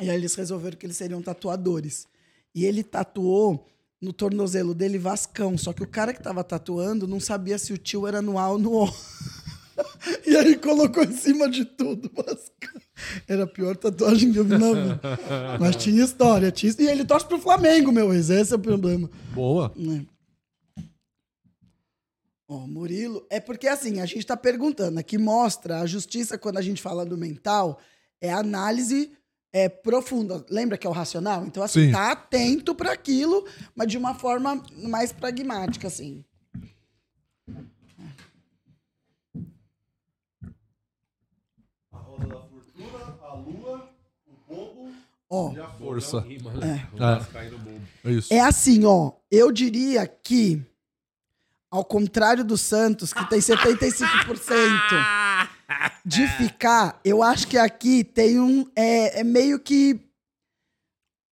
E aí eles resolveram que eles seriam tatuadores. E ele tatuou no tornozelo dele Vascão, só que o cara que tava tatuando não sabia se o tio era no A ou no O. [laughs] E aí colocou em cima de tudo, [laughs] Vascão. Era a pior tatuagem que eu vi na vida. Mas tinha história, tinha... E ele torce pro Flamengo, meu ex, esse é o problema Boa. né? Ó, Murilo, é porque assim, a gente está perguntando aqui, mostra a justiça quando a gente fala do mental, é análise é profunda. Lembra que é o racional? Então, assim, Sim. tá atento para aquilo, mas de uma forma mais pragmática, assim. Ó, Força. É. É isso. É assim, ó. Eu diria que, ao contrário do Santos, que tem 75% de ficar, eu acho que aqui tem um. É, é meio que.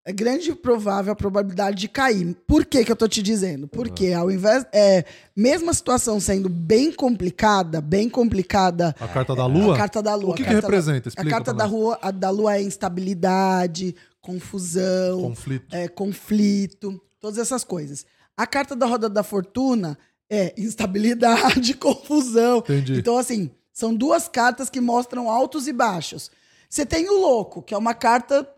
É grande e provável a probabilidade de cair. Por que, que eu tô te dizendo? Porque Uhum. ao invés. É, mesmo a situação sendo bem complicada, bem complicada. A carta da lua? A carta da lua. O que a que carta da- representa? A Explica carta pra da, nós. rua, a da lua é instabilidade, confusão Conflito. é, conflito, todas essas coisas. A carta da roda da fortuna é instabilidade, [laughs] confusão. Entendi. Então, assim, são duas cartas que mostram altos e baixos. Você tem o louco, que é uma carta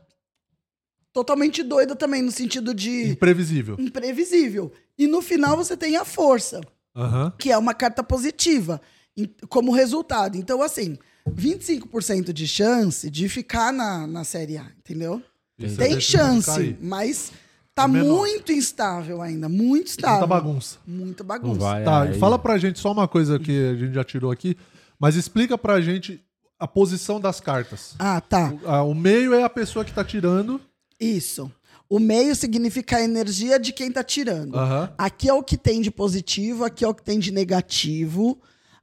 totalmente doida também, no sentido de Imprevisível. imprevisível. E no final você tem a força Aham. que é uma carta positiva em- como resultado. Então, assim, 25% de chance de ficar na, na Série A, entendeu? Isso é Tem difícil de chance, cair. mas tá É menor. Então tá muito instável ainda, muito Muita instável. bagunça. Muita Não bagunça. vai. Tá, É, aí. e fala pra gente só uma coisa que a gente já tirou aqui, mas explica pra gente a posição das cartas. Ah, tá. O- ah, o meio é a pessoa que tá tirando. Isso. O meio significa a energia de quem tá tirando. Aham. Aqui é o que tem de positivo, aqui é o que tem de negativo.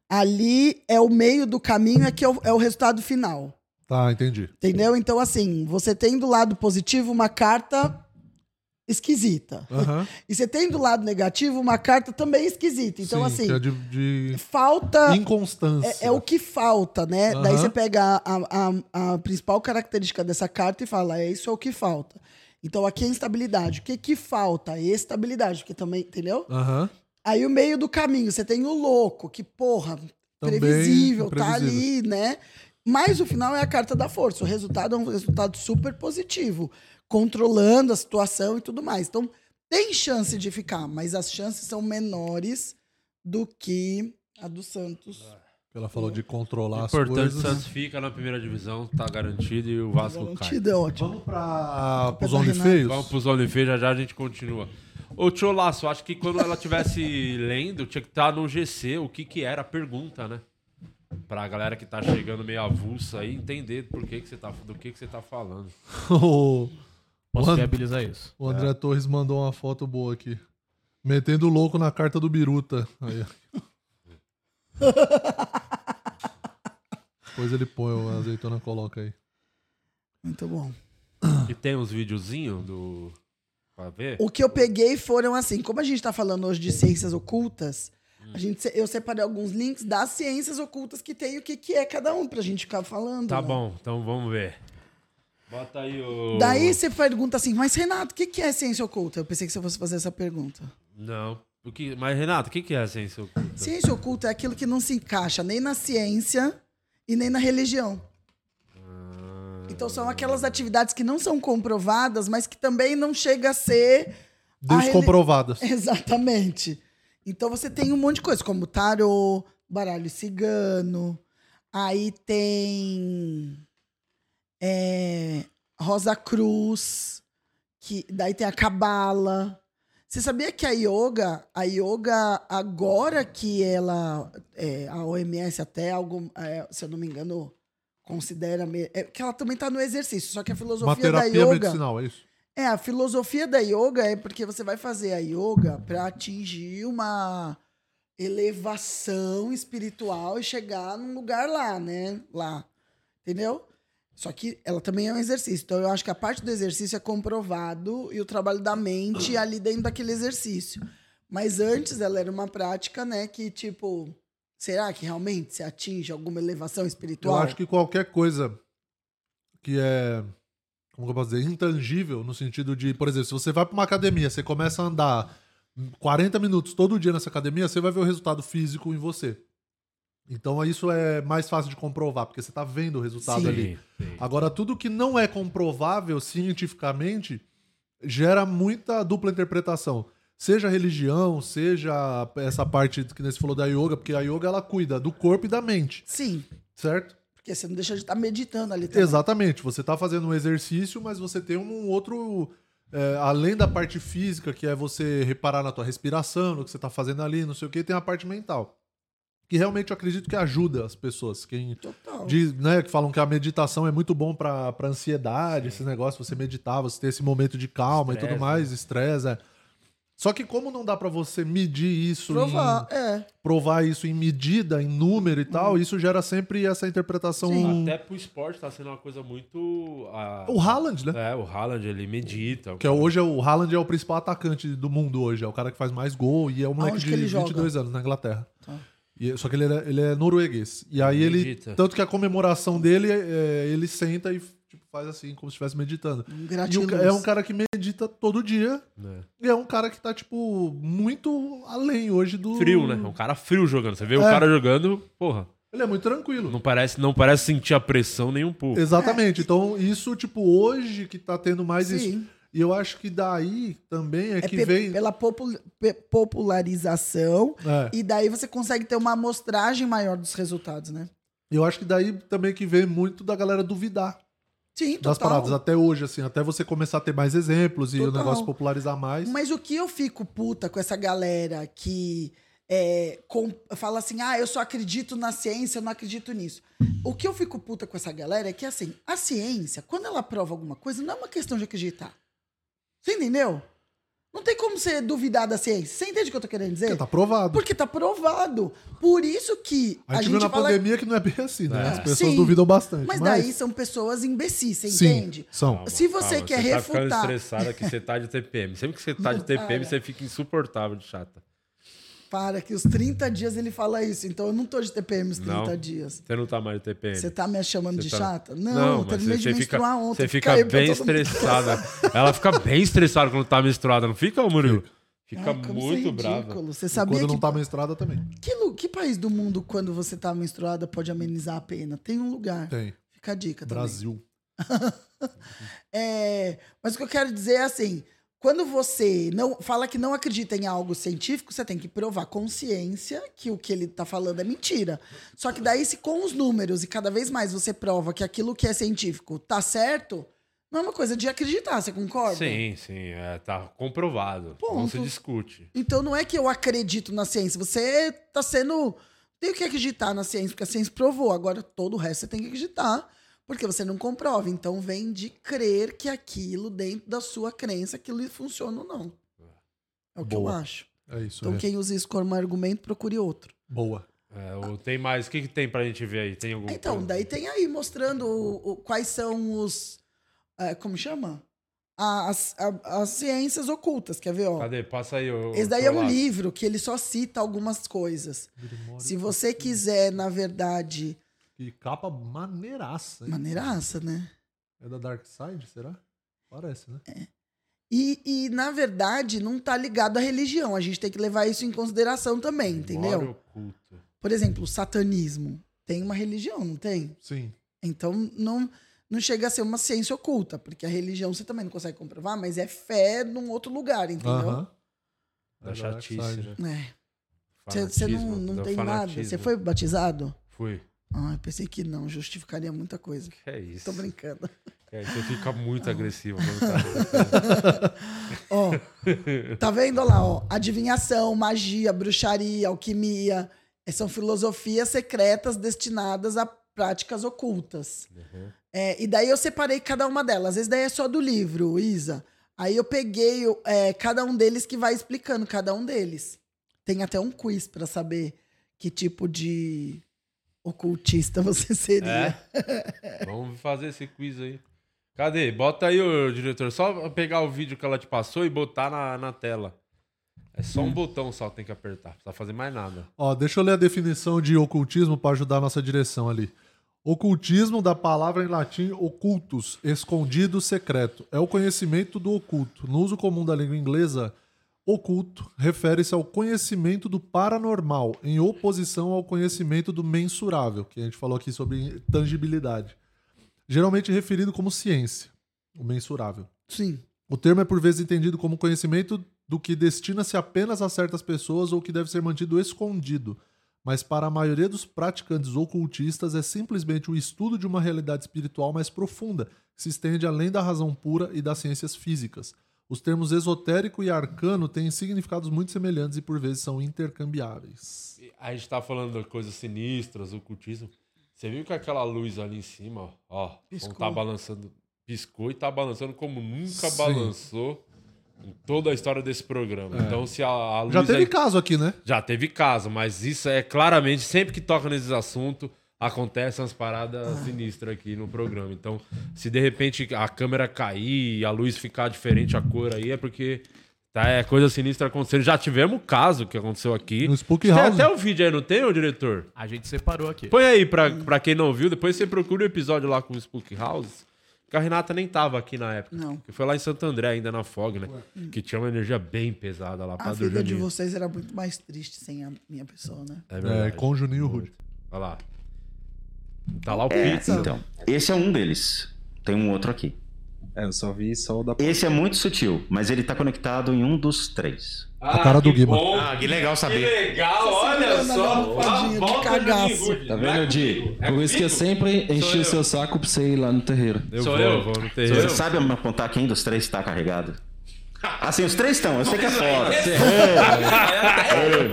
Ali é o meio do caminho, aqui é o- é o resultado final. Tá, entendi. Entendeu? Então, assim, você tem do lado positivo uma carta esquisita. Aham. E você tem do lado negativo uma carta também esquisita. Então, Sim, assim, que é de, de falta. inconstância. É, é o que falta, né? Aham. Daí você pega a, a- a principal característica dessa carta e fala: é isso é o que falta. Então aqui é instabilidade. O que que falta? É Estabilidade, porque também, entendeu? Aham. Aí o meio do caminho, você tem o louco, que, porra, Também previsível, tá ali, imprevisível. né? Mas o final é a carta da força. O resultado é um resultado super positivo, controlando a situação e tudo mais. Então, tem chance de ficar, mas as chances são menores do que a do Santos. Ah, Ela falou de controlar as Importante, o coisas. Santos fica na primeira divisão, tá garantido e o Vasco cai. Garantido é ótimo. Vamos para os da OnlyFeios? [laughs] Vamos pro Zone Feio, já já a gente continua. Ô, Tcholaço, acho que quando ela tivesse [laughs] lendo, tinha que estar no GC o que, que era a pergunta, né? Pra galera que tá chegando meio avulsa aí entender por que que você tá, do que, que você tá falando. o Posso Mano. viabilizar isso. o André Torres mandou uma foto boa aqui. Metendo o louco na carta do Biruta. Aí, ó. Depois ele põe, o azeitona coloca aí. Muito bom. E tem uns videozinhos do. Pra ver? O que eu peguei foram assim, como a gente tá falando hoje de ciências ocultas, Hum. a gente, se- eu separei alguns links das ciências ocultas que tem e o que, que é cada um pra gente ficar falando. Tá né? bom, então vamos ver. Bota aí o. Daí você pergunta assim, mas Renato, o que, que é ciência oculta? Eu pensei que você fosse fazer essa pergunta. Não. O que... Mas, Renato, o que, que é ciência oculta? Ciência oculta é aquilo que não se encaixa nem na ciência e nem na religião. Então são aquelas atividades que não são comprovadas, mas que também não chega a ser A reli- Descomprovadas. é [laughs] Exatamente. Então você tem um monte de coisa, como tarô, baralho cigano, aí tem é, Rosa Cruz, que daí tem a cabala. Você sabia que a yoga, a yoga agora que ela, é, a OMS até, algum, é, se eu não me engano, considera... me- É, que ela também está no exercício, só que a Uma filosofia da terapia yoga... medicinal, é isso? É, a filosofia da yoga é porque você vai fazer a yoga para atingir uma elevação espiritual e chegar num lugar lá, né? Lá. Entendeu? Só que ela também é um exercício. Então eu acho que a parte do exercício é comprovado e o trabalho da mente é ali dentro daquele exercício. Mas antes ela era uma prática, né, que tipo, será que realmente se atinge alguma elevação Eu espiritual? acho que qualquer coisa que é, como que eu posso dizer, intangível, no sentido de, por exemplo, se você vai pra uma academia, você começa a andar 40 minutos todo dia nessa academia, você vai ver o resultado físico em você. Então isso é mais fácil de comprovar, porque você tá vendo o resultado Sim. ali. sim. Agora, tudo que não é comprovável cientificamente gera muita dupla interpretação. Seja religião, seja essa parte que você falou da yoga, porque a yoga ela cuida do corpo e da mente, Sim, certo? porque você não deixa de estar meditando ali também. Exatamente. Você tá fazendo um exercício, mas você tem um outro. é, além da parte física, que é você reparar na tua respiração, no que você tá fazendo ali, não sei o que, tem a parte mental. Que realmente eu acredito que ajuda as pessoas. Quem Total. diz, né, que falam que a meditação é muito bom pra, pra ansiedade, esse negócio, você meditar, você ter esse momento de calma e Estresse, tudo mais, estresse. é. Só que como não dá pra você medir isso em- Provar, é. provar isso em medida, em número e tal, isso gera sempre essa interpretação. Até pro esporte tá sendo uma coisa muito. ah, Hum. O Haaland, né? É, o Haaland, ele medita. Que é hoje é o Haaland é o principal atacante do mundo hoje. É o cara que faz mais gol e é um moleque Aonde de que ele 22 anos na Inglaterra. Tá. E- só que ele é, ele é norueguês. E aí ele. Medita. Tanto que a comemoração dele, é, ele senta e tipo, faz assim, como se estivesse meditando. Um E o gratiluz. ca- é um cara que medita todo dia. né? E é um cara que tá, tipo, muito além hoje do. Frio, né? Hum. É um cara frio jogando. Você vê o É. cara jogando, porra. Ele é muito tranquilo. Não parece, não parece sentir a pressão nem um pouco. Exatamente. Então, isso, tipo, hoje que tá tendo mais isso. É. Sim. E eu acho que daí também é, É que pe- vem. pela popul- pe- popularização. É. E daí você consegue ter uma amostragem maior dos resultados, né? Eu acho que daí também que vem muito da galera duvidar Sim, das total. paradas até hoje, assim, até você começar a ter mais exemplos e o Total. negócio popularizar mais. Mas o que eu fico puta com essa galera que é, com- fala assim, ah, eu só acredito na ciência, eu não acredito nisso. O que eu fico puta com essa galera é que, assim, a ciência, quando ela prova alguma coisa, não é uma questão de acreditar. Você entendeu? Não tem como você duvidar da ciência. Você entende o que eu tô querendo dizer? Porque tá provado. Porque tá provado. Por isso que a gente, viu na pandemia que não é bem assim, né? É. As pessoas Sim. duvidam bastante. Mas Mas, daí são pessoas imbecis, você Sim, entende? São. Se você quer você Tá ficando refutar- estressada que você tá de TPM. Sempre que você tá de TPM, você fica insuportável de chata. Para que os 30 dias ele fala isso. Então eu não tô de TPM os 30 Não. dias. Você não tá mais de TPM. Você tá me chamando Você de tá- chata? Não, eu terminei de menstruar ontem. Você fica aí pra bem todo mundo. estressada. Ela fica bem estressada quando tá menstruada, não fica, ô, Murilo? Fica Ai, como você é muito brava. ridículo. Você Quando sabia que, não tá menstruada também. que, lu- que país do mundo, quando você tá menstruada, pode amenizar a pena? Tem um lugar. Tem. Fica a dica também. Brasil. É, mas o que eu quero dizer é assim: quando você não fala que não acredita em algo científico, você tem que provar com ciência que o que ele está falando é mentira. Só que daí, se com os números e cada vez mais você prova que aquilo que é científico tá certo, Não é uma coisa de acreditar, você concorda? Sim, sim, é, tá comprovado. Não Ponto. se discute. Então não é que eu acredito na ciência. Você tá sendo. Tem que acreditar na ciência, porque a ciência provou. Agora todo o resto você tem que acreditar, porque você não comprova. Então vem de crer que aquilo, dentro da sua crença, aquilo funciona ou não. É o que eu Boa. acho. É isso. Então é. quem usa isso como argumento, procure outro. Boa. É, ou tem mais? O que, que tem pra gente ver aí? Tem algum. Então, daí tem aí mostrando o- o- quais são os. eh, como chama? A- As, a- as ciências ocultas, quer ver? Ó? Tá Cadê? Passa aí. ô- Esse daí seu é um lado. livro que ele só cita algumas coisas. Se você quiser, na verdade. Que capa maneiraça. hein? Maneiraça, né? É da Dark Side, será? Parece, né? É. E, e, na verdade, não tá ligado à religião. A gente tem que levar isso em consideração também, entendeu? Memória oculta. Por exemplo, o satanismo. Tem uma religião, não tem? Sim. Então, não, não chega a ser uma ciência oculta, porque a religião você também não consegue comprovar, mas é fé num outro lugar, entendeu? Aham. Da É Dark chatice, Side. né? É. Você- Você não, Fanatismo, não do tem nada. fanatismo. Você foi batizado? Fui. Ah, eu pensei que não, justificaria muita coisa. Que é isso. Tô brincando. É, você fica muito agressivo quando [laughs] tá. Ó, tá vendo Olha lá, ó? Adivinhação, magia, bruxaria, alquimia. eh, São filosofias secretas destinadas a práticas ocultas. É, e daí eu separei cada uma delas. Esse daí é só do livro, Isa. Aí eu peguei o- é, cada um deles que vai explicando cada um deles. Tem até um quiz pra saber que tipo de ocultista [laughs] você seria. É? Vamos fazer esse quiz aí. Cadê? Bota aí, ô, diretor. Só pegar o vídeo que ela te passou e botar na, na tela. É só Hum. um botão só que tem que apertar. Não precisa fazer mais nada. Ó, deixa eu ler a definição de ocultismo para ajudar a nossa direção ali. Ocultismo, da palavra em latim ocultus, escondido, secreto. É o conhecimento do oculto. No uso comum da língua inglesa, oculto refere-se ao conhecimento do paranormal, em oposição ao conhecimento do mensurável, que a gente falou aqui sobre tangibilidade. Geralmente referido como ciência, o mensurável. Sim. O termo é por vezes entendido como conhecimento do que destina-se apenas a certas pessoas ou que deve ser mantido escondido, mas para a maioria dos praticantes ocultistas é simplesmente o estudo de uma realidade espiritual mais profunda, que se estende além da razão pura e das ciências físicas. Os termos esotérico e arcano têm significados muito semelhantes e por vezes são intercambiáveis. E A gente tá falando de coisas sinistras, ocultismo. Você viu que aquela luz ali em cima, ó, ó, Piscou. não tá balançando, piscou e tá balançando como nunca Sim. balançou em toda a história desse programa. Então se a, a luz É. Já teve é- caso aqui, né? Já teve caso, mas isso é claramente, sempre que toca nesses assuntos, acontecem umas paradas Ah. sinistras aqui no programa. Então, se de repente a câmera cair e a luz ficar diferente, a cor aí, é porque tá, é coisa sinistra acontecendo. Já tivemos um caso que aconteceu aqui. No Spook tem House. até o vídeo aí, não tem, ô diretor? A gente separou aqui. Põe aí pra, pra quem não viu, depois você procura o episódio lá com o Spook House. Que a Renata nem tava aqui na época. Não. Que foi lá em Santo André, ainda na FOG, né? Que tinha uma energia bem pesada lá pra A vida de Juninho. vocês era muito mais triste sem a minha pessoa, né? É É, verdade. com o Juninho Rude. Olha lá. Tá lá o É, pizza. então. Esse é um deles. Tem um outro aqui. É, eu só vi só o da. Esse é muito sutil, mas ele tá conectado em um dos três. Ah, A cara do que Guima. bom. Ah, que legal saber. Que legal, Você olha segurando a só. Ah, garrafadinha de volta cagaço. Rude. Tá Não é vendo, Di? comigo, é Por isso que eu comigo. sempre enchi eu. o seu saco pra você ir lá no terreiro. Eu Sou vou, eu. vou no Você terreiro. sabe me apontar quem dos três tá carregado? Assim, os três estão, eu sei que é foda. É.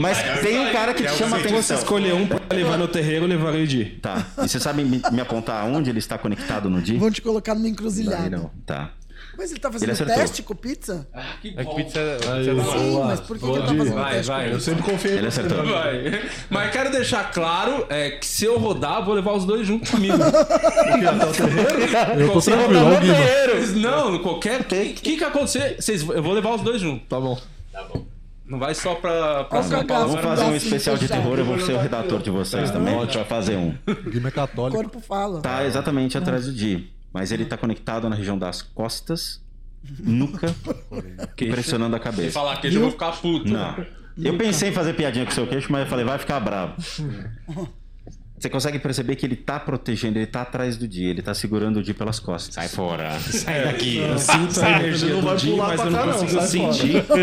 Mas tem um cara que te chama Se fosse atenção. escolher um pra levar no terreiro, eu levaria o Di. Tá. E você sabe me, me apontar aonde ele está conectado no dia? Vão te colocar numa Daí encruzilhada. não. Tá. Mas ele tá fazendo Ele acertou. teste com pizza? É que pizza é. pizza é Aí, da ó. hora. Sim, Boa, mas por que, que boa ele tá dica. fazendo Vai, teste vai. com Eu pizza? sempre Confia Ele acertou. Vai. Mas quero deixar claro é, que se eu rodar, vou levar os dois junto comigo. Eu tô Você tranquilo, ó o Guima. Eles- Não, no qualquer. O que, que que acontecer? Vocês, eu vou levar os dois junto. Tá bom. Tá bom. Não vai só pra, pra Olha é São o Paulo. cagaço. Vamos fazer um Bracinho especial de fechado. terror, eu vou ser o redator de vocês também. A gente vai fazer um. O Guima é O católico. corpo fala. Tá exatamente atrás do Di. Mas ele tá conectado na região das costas, [laughs] nuca, pressionando a Se cabeça. falar queijo, eu vou ficar puto. Não. Eu pensei em fazer piadinha com o seu queixo, mas eu falei, vai ficar bravo. Você consegue perceber que ele tá protegendo, ele tá atrás do Di, ele tá segurando o Di pelas costas. Sai fora. Sai daqui. Eu sinto a energia não do vai Di, pular mas pra eu não cá, não, consigo sai sentir. Tô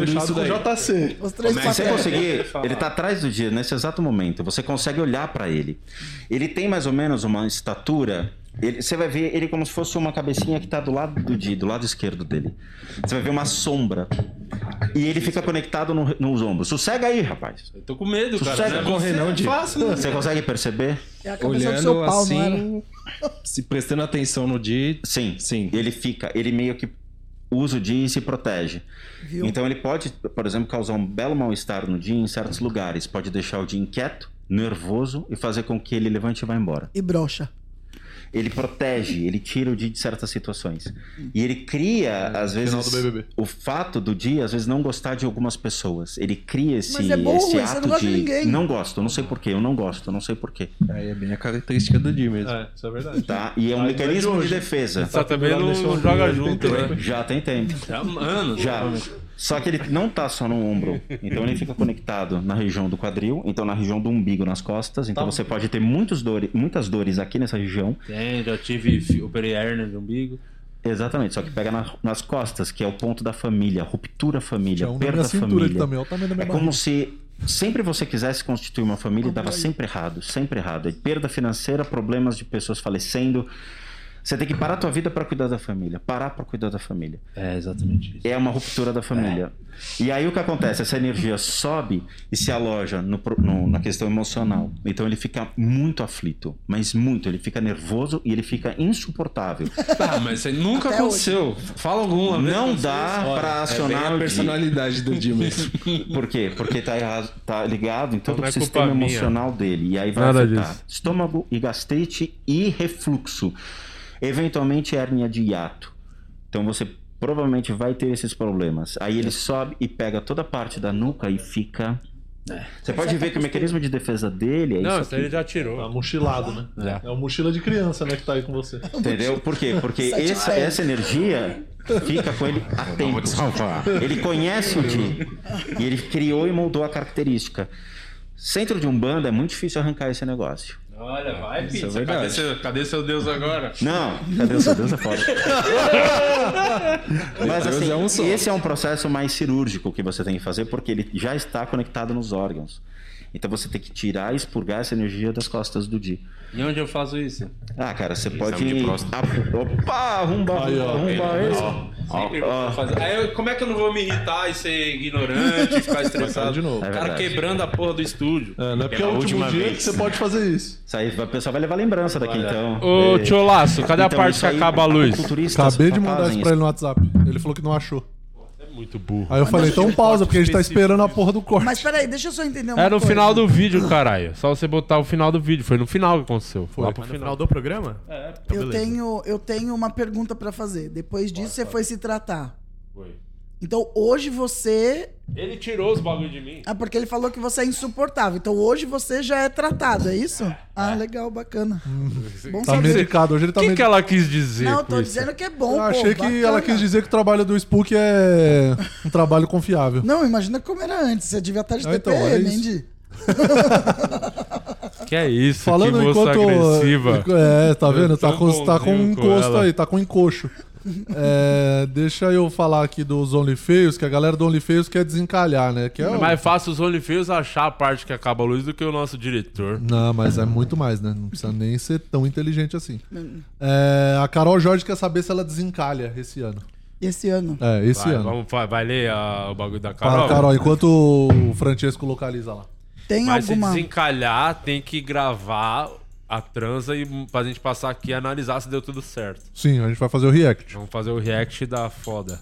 fechado daí. JC. Os três Se você papéis. conseguir, ele tá atrás do dia, nesse exato momento, você consegue olhar para ele. Ele tem mais ou menos uma estatura Ele- Você vai ver ele como se fosse uma cabecinha que tá do lado do Di, do lado esquerdo dele. Você vai ver uma sombra. E ele fica conectado no- nos ombros. Sossega aí, rapaz. Eu tô com medo, cara. Sossega, Não é correr, não, Di. fácil, né? Você consegue perceber? É a cabeça do Olhando seu pau, não era? assim, se prestando atenção no dia. Sim. Sim. Ele fica, ele meio que usa o Di e se protege. Viu? Então ele pode, por exemplo, causar um belo mal-estar no dia em certos lugares. Pode deixar o dia inquieto, nervoso e fazer com que ele levante e vá embora. E brocha. Ele protege, ele tira o dia de certas situações. E ele cria, às É, final vezes, do BBB. o fato do dia, às vezes, não gostar de algumas pessoas. Ele cria esse, Mas é bom, esse Luiz, você ato não gosta de ninguém. Não gosto, não sei porquê, eu não gosto, não sei porquê. Aí é bem a característica do dia mesmo. É, isso é [laughs] verdade. Tá? E é um Aí, mecanismo hoje. Tá de defesa. Só tá também não, não joga junto, né? Já tem tempo. Já, mano. Já. Só que ele não tá só no ombro. Então ele fica conectado na região do quadril, então na região do umbigo nas costas. Então você pode ter muitos dores, muitas dores aqui nessa região. Tem, já tive, fi- operei hernia de umbigo. Exatamente, só que pega na- nas costas, que é o ponto da família, ruptura família, Tinha um na perda minha cintura aqui família. também, olha o tamanho da minha É barriga. como se sempre você quisesse constituir uma família e dava sempre errado, sempre errado. É perda financeira, problemas de pessoas falecendo. Você tem que parar a tua vida para cuidar da família, parar para cuidar da família. É, exatamente isso. É. É uma ruptura da família. E aí o que acontece? Essa energia sobe e se aloja no pro- no- na questão emocional. Então ele fica muito aflito, mas muito. Ele fica nervoso e ele fica insuportável. Tá, mas isso aí nunca Até aconteceu. Fala alguma vez. Não aconteceu dá isso? Olha, pra acionar bem a o dia. personalidade do dia [laughs] mesmo. [laughs] Por quê? Porque tá, errado- tá ligado em todo Não é o culpa sistema minha. emocional dele. E aí vai Nada afetar disso. estômago e gastrite e refluxo. Eventualmente hérnia de hiato. Então você provavelmente vai ter esses problemas. Aí ele sobe e pega toda a parte da nuca e fica. né? Você pode ver que o mecanismo de defesa dele é Não, isso isso aqui, aí ele já Tá tirou. mochilado, né? É o mochila de criança, né, que tá aí com você. entendeu? Por quê? Porque Sete essa, pés. essa energia fica com ele a tempo. salvar. Ele conhece o Di. E ele criou e moldou a característica. Centro de Umbanda é muito difícil arrancar esse negócio. Olha, vai, É pizza. cadê, verdade. seu, cadê seu Deus agora? Não, cadê o seu Deus é foda. Mas Deus assim, é um só. esse é um processo mais cirúrgico que você tem que fazer, porque ele já está conectado nos órgãos. Então você tem que tirar e expurgar essa energia das costas do Di. E onde eu faço isso? Ah, cara, você pode. de próstata. Ah, Opa, arrumba, Aí, ó. arrumba, arrumba. esse. Ah, Sempre vou fazer. Aí eu- como é que eu não vou me irritar e ser [laughs] ignorante, ficar estressado? de novo. É O cara verdade. quebrando a porra do estúdio. É, não é porque é o Pela último última dia vez. que você pode fazer isso. Isso aí, o pessoal vai levar lembrança daqui então. Ô, É. Tiolaço, cadê a Então, parte isso que aí, acaba a luz? culturistas Acabei de mandar fazem isso pra ele no WhatsApp. Ele falou que não achou. É muito burro. Aí eu falei, um então pausa, porque a gente tá esperando a porra do corte. Mas peraí, deixa eu só entender uma É no coisa. final do vídeo, caralho. Só você botar o final do vídeo. Foi no final que aconteceu. Foi. Lá pro Mas no final. final do programa? É. Então, Eu beleza. tenho, eu tenho uma pergunta pra fazer. Depois disso, você foi se tratar. Então, hoje você... Ele tirou os bagulho de mim. Ah, porque ele falou que você é insuportável. Então, hoje você já é tratado, é isso? Ah, legal, bacana. Bom Tá saber. medicado, hoje ele O tá que, é que medicado. ela quis dizer? Não, eu com tô isso? dizendo que é bom, Eu pô, achei que ela bacana. quis dizer que o trabalho do Spook é um trabalho confiável. Não, imagina como era antes. Você devia estar de Ah, então, TPM, olha hein, isso. Di? Que é isso, Falando que em moça enquanto. agressiva. É, tá vendo? Eu Tá tô com, tá com um bonzinho com encosto ela. aí, tá com um encoxo. É, deixa eu falar aqui dos OnlyFeios, que a galera do OnlyFeios quer desencalhar, né? Que é É o- mais fácil os OnlyFans achar a parte que acaba a luz do que o nosso diretor. Não, mas é muito mais, né? Não precisa nem ser tão inteligente assim. É, a Carol Jorge quer saber se ela desencalha esse ano. Esse ano. É, esse Vai, ano. vamos, vai, vai ler a- o bagulho da Carol. Fala, Carol, enquanto o Francesco localiza lá. Tem Mas alguma... se desencalhar, tem que gravar a transa e pra gente passar aqui e analisar se deu tudo certo. Sim, a gente vai fazer o react. Vamos fazer o react da foda.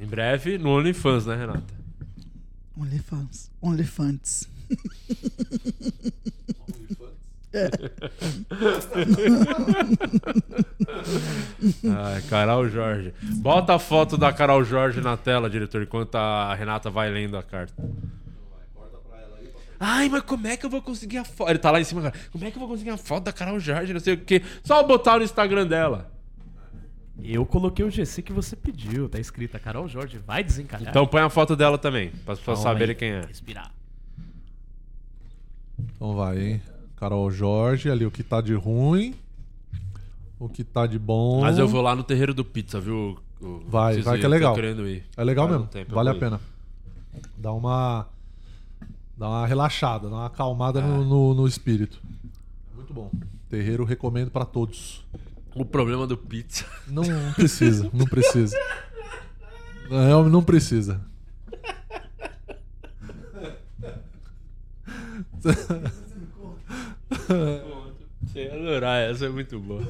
em breve, no OnlyFans, né, [laughs] Renata? Olefants. Olefants. Ai, Carol Jorge. Bota a foto da Carol Jorge na tela, diretor, enquanto a Renata vai lendo a carta. Ai, mas como é que eu vou conseguir a foto? Ele tá lá em cima, cara. Como é que eu vou conseguir a foto da Carol Jorge? Não sei o quê. Só botar no Instagram dela. Eu coloquei o GC que você pediu. Tá escrita Carol Jorge, vai desencalhar. Então põe a foto dela também, pra as pessoas Calma saberem aí. quem é. Respirar. Então vai, hein? Carol Jorge, ali o que tá de ruim, o que tá de bom. Mas eu vou lá no terreiro do pizza, viu? o- o- Vai, preciso vai ir, que é legal. Tô querendo ir. É legal Faz um mesmo, tempo eu vale a vou ir. pena. É. Dá uma. Dá uma relaxada, dá uma acalmada no, no, no espírito. muito bom. Terreiro recomendo pra todos. O problema do pizza. Não [laughs] precisa, não precisa. Na real, não precisa. Você ia adorar, essa é muito boa.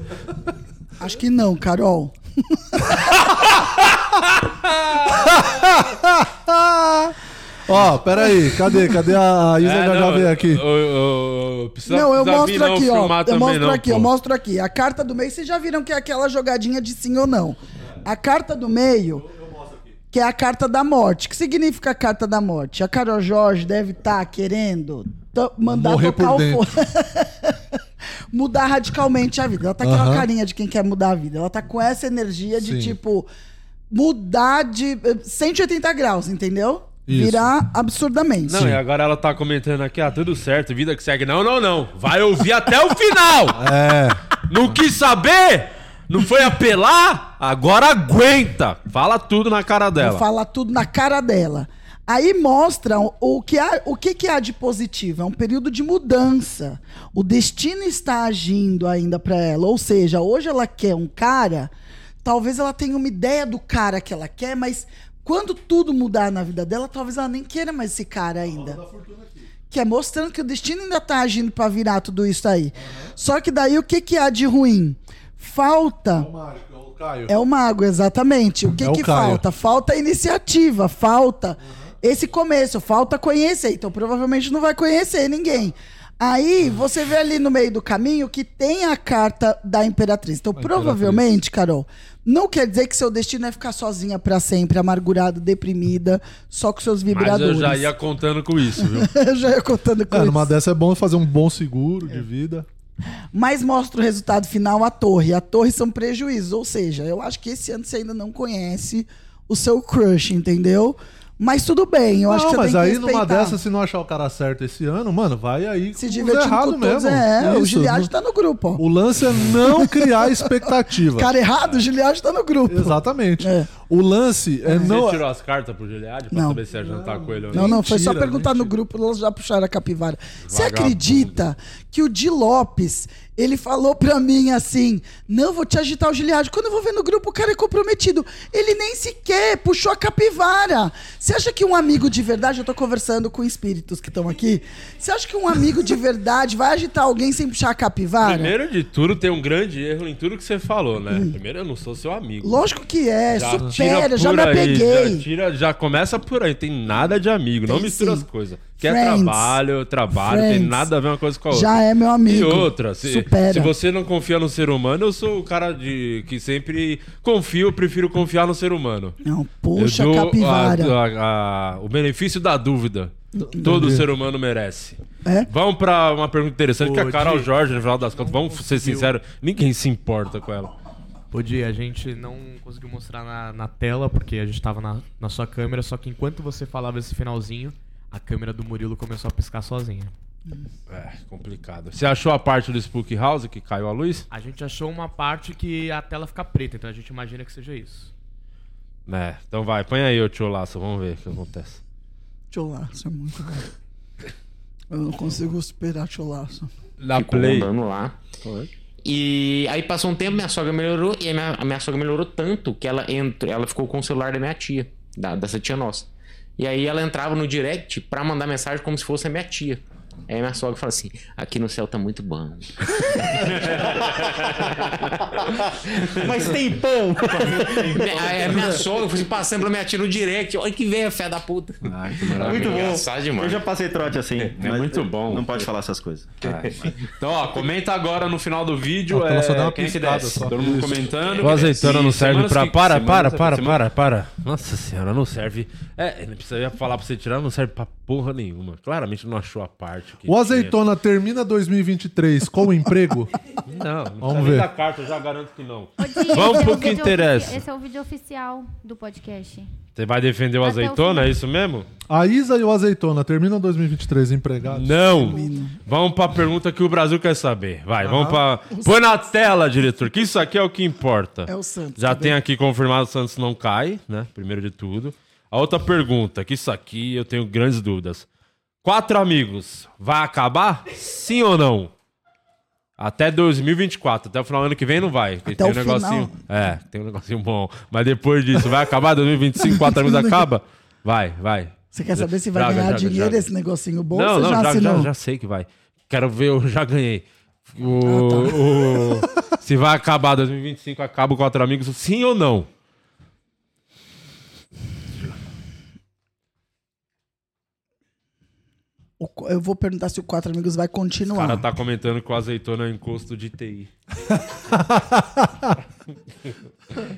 Acho que não, Carol. Ah! Ó, peraí, cadê? Cadê a Isa [laughs] É, já não, veio aqui? ô, ô, ô, precisa- não, eu precisa mostro vir não aqui, ó. filmar Eu também mostro não, aqui, pô. eu mostro aqui. A carta do meio, vocês já viram que é aquela jogadinha de sim ou não. A carta do meio, que é a carta da morte. O que significa a carta da morte? A Carol Jorge deve estar querendo to- mandar Morrer por tocar dentro. o fogo. [laughs] mudar radicalmente a vida. Ela tá com aquela Aham. carinha de quem quer mudar a vida. Ela tá com essa energia de Sim. tipo mudar de eh, 180 graus, entendeu? Isso. Virar absurdamente. Não, e agora ela tá comentando aqui, ah, tudo certo, vida que segue. Não, não, não. Vai ouvir até o final. É, Não quis saber? Não foi apelar? Agora aguenta. Fala tudo na cara Vou dela. falar tudo na cara dela. Aí mostram o que, há, o que, que há de positivo. É um período de mudança. O destino está agindo ainda para ela. Ou seja, hoje ela quer um cara. Talvez ela tenha uma ideia do cara que ela quer, mas quando tudo mudar na vida dela, talvez ela nem queira mais esse cara ainda que é mostrando que o destino ainda tá agindo pra virar tudo isso aí. Só que daí o que que há de ruim? Falta o Caio. é o mago, exatamente. O que É o que Caio. falta? Falta iniciativa, falta esse começo, falta conhecer. Então provavelmente não vai conhecer ninguém. Aí você vê ali no meio do caminho que tem a carta da imperatriz. Então provavelmente, Carol, não quer dizer que seu destino é ficar sozinha pra sempre, amargurada, deprimida, só com seus Mas eu vibradores. já ia contando com isso, viu? [laughs] eu já ia contando com É, isso. numa dessa é bom fazer um bom seguro É. de vida. mas mostra o resultado final a torre. A torre são prejuízos. Ou seja, eu acho que esse ano você ainda não conhece o seu crush, entendeu? Mas tudo bem, eu acho não, que você mas tem aí que respeitar. numa dessa, se não achar o cara certo esse ano, mano, vai aí se os divertindo errado com todos. É, o Giliard tá no grupo, ó. O lance é não criar [laughs] expectativa. Cara errado, o Giliard tá no grupo. Exatamente. É. O lance é Você não. tirou as cartas pro Gilead pra Não. saber se ia jantar com ele ou não? Não, não, foi só Mentira, perguntar no mentira. grupo, elas já puxaram a capivara. Você Vagabundo. acredita que o Di Lopes, ele falou pra mim assim: não, vou te agitar o Giliard. Quando eu vou ver no grupo, o cara é comprometido. Ele nem sequer puxou a capivara. Você acha que um amigo de verdade, eu tô conversando com espíritos que estão aqui, você acha que um amigo de verdade vai agitar alguém sem puxar a capivara? Primeiro de tudo, tem um grande erro em tudo que você falou, né? Primeiro, eu não sou seu amigo. Hum. Lógico que é, supera, tira já por me aí, apeguei. Já, tira- já começa por aí, tem nada de amigo, não Tem mistura sim. as coisas. Quer Friends. trabalho, trabalho, tem Friends. nada a ver uma coisa com a outra. Já é meu amigo. E outra, se, supera. se você não confia no ser humano, eu sou o cara de que sempre confio, eu prefiro confiar no ser humano. Não, puxa eu a dou capivara. a- a- o benefício da dúvida. Todo ser humano merece. É? Vamos pra uma pergunta interessante, que a Pô, Carol Di. Jorge, no final das contas, vamos ser sinceros, ninguém se importa com ela. Ô, Di, a gente não conseguiu mostrar na, na tela, porque a gente tava na, na sua câmera, só que enquanto você falava esse finalzinho, a câmera do Murilo começou a piscar sozinha. É, complicado. Você achou a parte do Spook House que caiu a luz? A gente achou uma parte que a tela fica preta, então a gente imagina que seja isso. É, então vai, põe aí o tio Laço, vamos ver o que acontece. Cholaço é muito bom. Eu não consigo superar Cholaço. Na Ficou Tá Play. né? andando lá. E aí passou um tempo, minha sogra melhorou, e a minha, a minha sogra melhorou tanto que ela entra, ela ficou com o celular da minha tia, da, dessa tia nossa. E aí ela entrava no direct pra mandar mensagem como se fosse a minha tia. Aí minha sogra fala assim: aqui no céu tá muito bom. [laughs] Mas tem pão! [laughs] Aí a minha sogra foi passando pra minha tia no direct. Olha que velha fé da puta. Muito bom. Engraçado demais. Eu já passei trote assim. mas muito bom. Não pode falar essas coisas. Então, ó, comenta agora no final do vídeo. é, Ah, ela só dá uma quem que piscada desce? só. Todo mundo comentando. O azeitona Se não serve semanas pra- que- para, semanas- para, para, semana- para. Nossa senhora, não serve. É, ele precisa falar pra você tirar, não serve pra porra nenhuma. Claramente não achou a parte. que O azeitona termina 2023 com [laughs] o emprego? tinha. Não, não Vamos precisa nem ver. da carta, eu já garanto que não. Ô, Di, Vamos esse pro é o que vídeo interessa. ofici- Esse é o vídeo oficial do podcast. Você vai defender o Até o azeitona, fim. é isso mesmo? A Isa e o azeitona terminam 2023 empregados? Não. Vamos pra pergunta que o Brasil quer saber. Vai, vamos pra. Põe na tela, diretor, que isso aqui é o que importa. É o Santos. Já tem aqui confirmado o Santos não cai, né? Primeiro de tudo. A outra pergunta, que isso aqui eu tenho grandes dúvidas. Quatro amigos, vai acabar? Sim ou não? Até 2024, até o final do ano que vem não vai. porque Até tem o um negocinho. É, tem um negocinho bom. Mas depois disso, vai acabar 2025, quatro anos [laughs] acaba? Vai, vai. Você quer saber se vai Joga, ganhar joga, dinheiro joga. esse negocinho bom? não, ou você não, já já, assinou? já, já sei que vai. Quero ver, eu já ganhei. Ah, O, tá. o- se vai acabar 2025, acaba o Quatro Amigos, sim ou não? O qu- Eu vou perguntar se o Quatro Amigos vai O continuar. cara tá comentando que o azeitona é um encosto de [laughs] TI.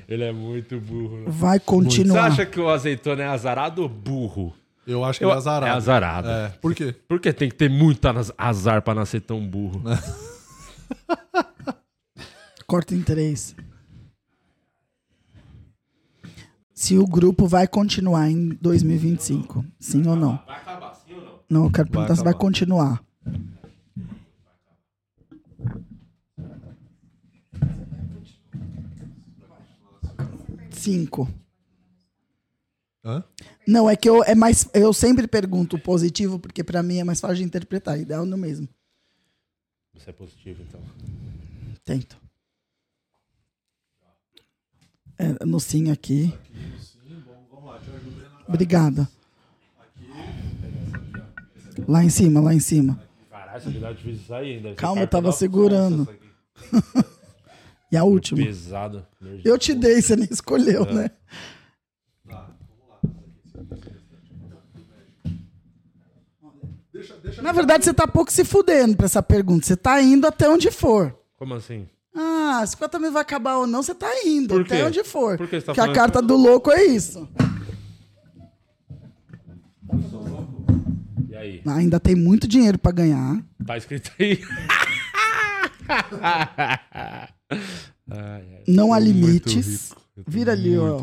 Ele é muito burro. né? Vai Você continuar. acha que o azeitona é azarado ou burro? Eu acho que Eu- ele é azarado. É azarado. É, por quê? Porque tem que ter muito anas- azar pra nascer tão burro. É. Corta em três. Se o grupo vai continuar em 2025. Sim ou não? Vai acabar, sim ou não? Não, eu quero perguntar se vai acabar. continuar. Cinco. Hã? Não, é que eu, é mais, eu sempre pergunto o positivo, porque pra mim é mais fácil de interpretar. Ideal no mesmo. Isso é positivo, então. Tento. É, no sim aqui. Obrigada. Lá em cima, lá em cima. Caralho, essa habilidade é difícil de sair ainda. Calma, eu tava segurando. E a última. Pesado. energia. Eu te dei, você nem Ah. escolheu, né? Na verdade, você tá pouco se fudendo pra essa pergunta. Você tá indo até onde for. Como assim? Ah, se quanto vai acabar ou não, você tá indo. Por quê? até onde for. Por que você tá Porque a falando carta do louco é isso. E aí? Ainda tem muito dinheiro pra ganhar. Tá escrito aí. Não há limites. Vira ali, ó.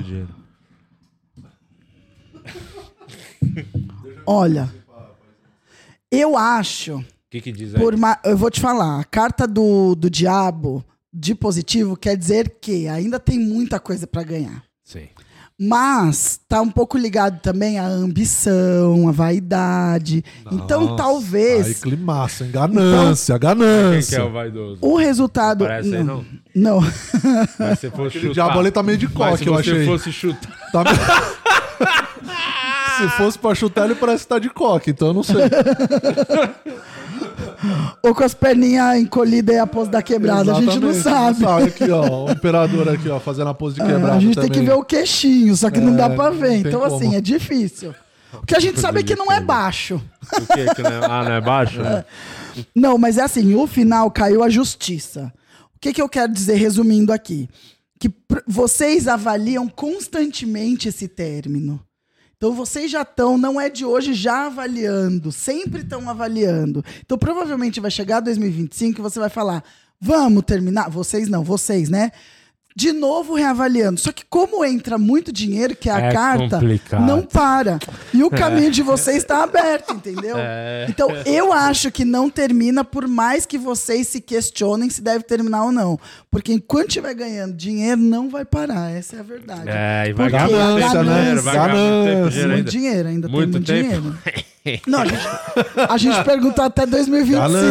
Olha. Eu acho, O que que diz aí? por ma- eu vou te falar, a carta do, do diabo de positivo quer dizer que ainda tem muita coisa pra ganhar. Sim. Mas tá um pouco ligado também à ambição, à vaidade. então Aí talvez climaço, hein? Quem Ganância, que é ganância. o vaidoso? o resultado. Parece aí, não? Não. [laughs] Mas se fosse O chutar... diabo ali tá meio de Mas se coque, eu você achei. fosse chutar... Tá meio- Se fosse pra chutar, ele parece que tá de coque, então eu não sei. Ou com as perninhas encolhidas e a pose da quebrada, a gente não sabe. É, Exatamente, a gente não sabe. Aqui, ó, o imperador aqui, ó, fazendo a pose de quebrada. Ah, a gente tem que também. ver o queixinho, só que não dá É, pra não ver. tem Então, como. assim, é difícil. O que [laughs] a gente sabe é que não é baixo. O quê? Que não é... Ah, não é baixo? Não, mas é assim, o final caiu a justiça. O que, que eu quero dizer resumindo aqui? Que pr- vocês avaliam constantemente esse término. Então vocês já estão, não é de hoje, já avaliando, sempre estão avaliando. Então provavelmente vai chegar 2025 e você vai falar: "Vamos terminar, vocês não, vocês, né?" De novo reavaliando. Só que como entra muito dinheiro, que é a É carta, complicado. É. não para. E o caminho de vocês está aberto, entendeu? Então, eu acho que não termina, por mais que vocês se questionem se deve terminar ou não. Porque enquanto estiver ganhando dinheiro, não vai parar. Essa é a verdade. É, e vai Porque ganhar muito tempo ganância, né? dinheiro. Vai ganhar muito tempo Ganância, dinheiro Muito ainda. dinheiro, ainda Muito tem muito dinheiro. Não, a gente, a gente perguntou até 2025. Ganância.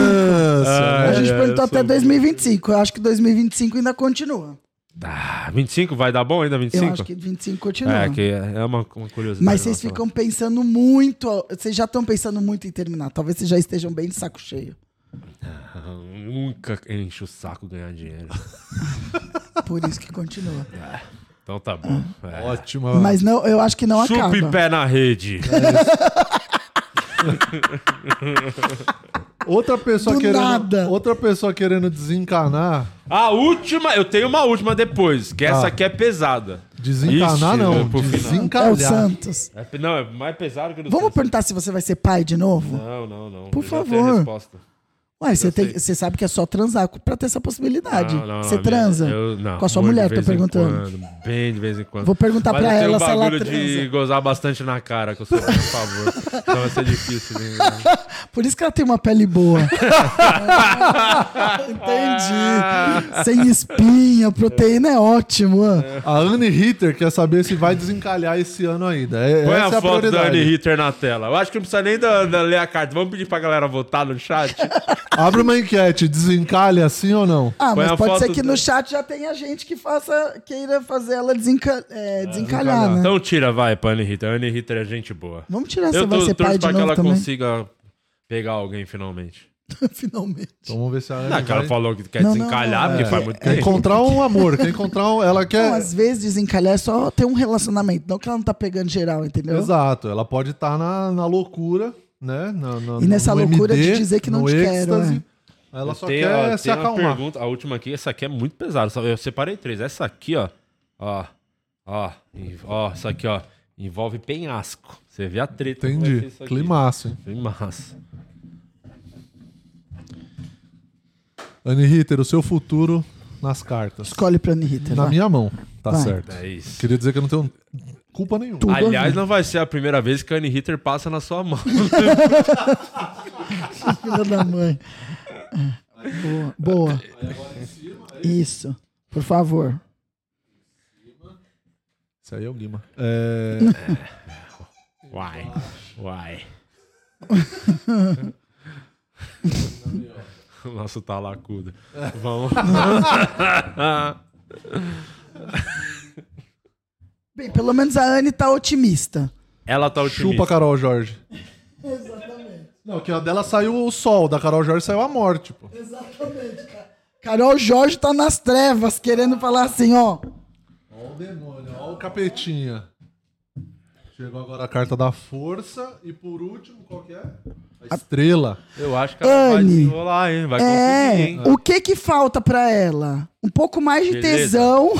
A Ai, gente ai, perguntou eu até é, sou- 2025. Eu acho que 2025 ainda continua. Ah, 25? Vai dar bom ainda, Eu 25? acho que 25 continua. É, que é uma, uma curiosidade. né? Mas vocês nossa lá. ficam pensando muito. Vocês já estão pensando muito em terminar. Talvez vocês já estejam bem de saco cheio. Ah, Nunca enche o saco ganhar dinheiro. Por isso [laughs] que continua. Então tá bom. É. Ótima. Mas não, eu acho que não acaba. É. Chupe pé na rede. Outra pessoa Do querendo. nada. Outra pessoa querendo desencanar. A última, eu tenho uma última depois, que essa Ah. aqui é pesada. Desencanar Ixi, não. eu pro final. É o Desencalhar. Santos. É pe- não, é mais pesado que o do Vamos Santos. perguntar se você vai ser pai de novo? Não, não, não. Por Eu já tenho favor. resposta. Ué, você, tem- sei. você sabe que é só transar pra ter essa possibilidade. Não, não, você não, transa? eu- não, Com a sua muito mulher, de tô vez em perguntando. quando, bem de vez em quando. Vou perguntar Mas pra eu tenho ela um se ela bagulho transa. de gozar bastante na cara, que eu sou, por favor. Então vai ser difícil, né? Por isso que ela tem uma pele [laughs] boa. Ah, Entendi. Sem espinha, proteína é ótimo. ah. É. A Anne Ritter quer saber se vai desencalhar esse ano ainda. É, Põe essa é a a foto da prioridade. Anne Ritter na tela. Eu acho que não precisa nem da, da ler a carta. Vamos pedir pra galera votar no chat? Abre uma enquete, desencalha assim ou não? Ah, Põe mas a pode ser foto que da- no chat já tenha gente que faça, queira fazer ela desenca- é, desencalhar, né? Ah, Então tira, vai, pra Anne Ritter. A Anne Ritter é gente boa. Vamos tirar Eu se vai tô, torço ser pai pra de que novo ela também. consiga pegar alguém finalmente. [laughs] Finalmente. Então vamos ver se a Anne Não, que ela vai- falou que quer Não, não, desencalhar, não, porque é. Ah, faz muito Quer tempo. encontrar um amor, quer encontrar um... Ela quer... Não, Então, às vezes desencalhar é só ter um relacionamento, não que ela não tá pegando geral, entendeu? Exato, ela pode estar na, na loucura, né? Na- na- E nessa no loucura MD, de dizer que não no te quero, é. êxtase. Ela Eu só tenho- quer eu se tenho uma acalmar. pergunta, a última aqui, essa aqui é muito pesada. só- Eu separei três. Essa aqui, ó. Ó. Ó. en- Ó, essa aqui, ó. Envolve penhasco. Você vê a treta. é que vai ser Entendi. isso aqui. Climaço, hein? Climaço. Anne Ritter, o seu futuro nas cartas. Escolhe pra Anne Ritter. Na vai. [laughs] minha mão. Tá Vai. certo. É isso. Queria dizer que eu não tenho culpa nenhuma. Tudo a Aliás, ver. não vai ser a primeira vez que a Anne Hitter passa na sua mão. [laughs] Filha da mãe. É. Boa. Boa. Isso. Por favor. Isso aí é o Guima. É... Uai. Uai. [laughs] Nosso talacuda. Vamos. Bem, pelo menos a Anne tá otimista. Ela tá otimista. Chupa, Carol Jorge. Exatamente. Não, que a dela saiu o sol, da Carol Jorge saiu a morte, pô. Carol Jorge tá nas trevas, querendo falar assim, ó. Ó o demônio, ó o capetinha. Chegou agora a carta da força e por último, qual que é? A estrela. Eu acho que ela vai Anne. desenrolar, hein? Vai conseguir, É, hein? o que que falta pra ela? Um pouco mais de Beleza. tesão,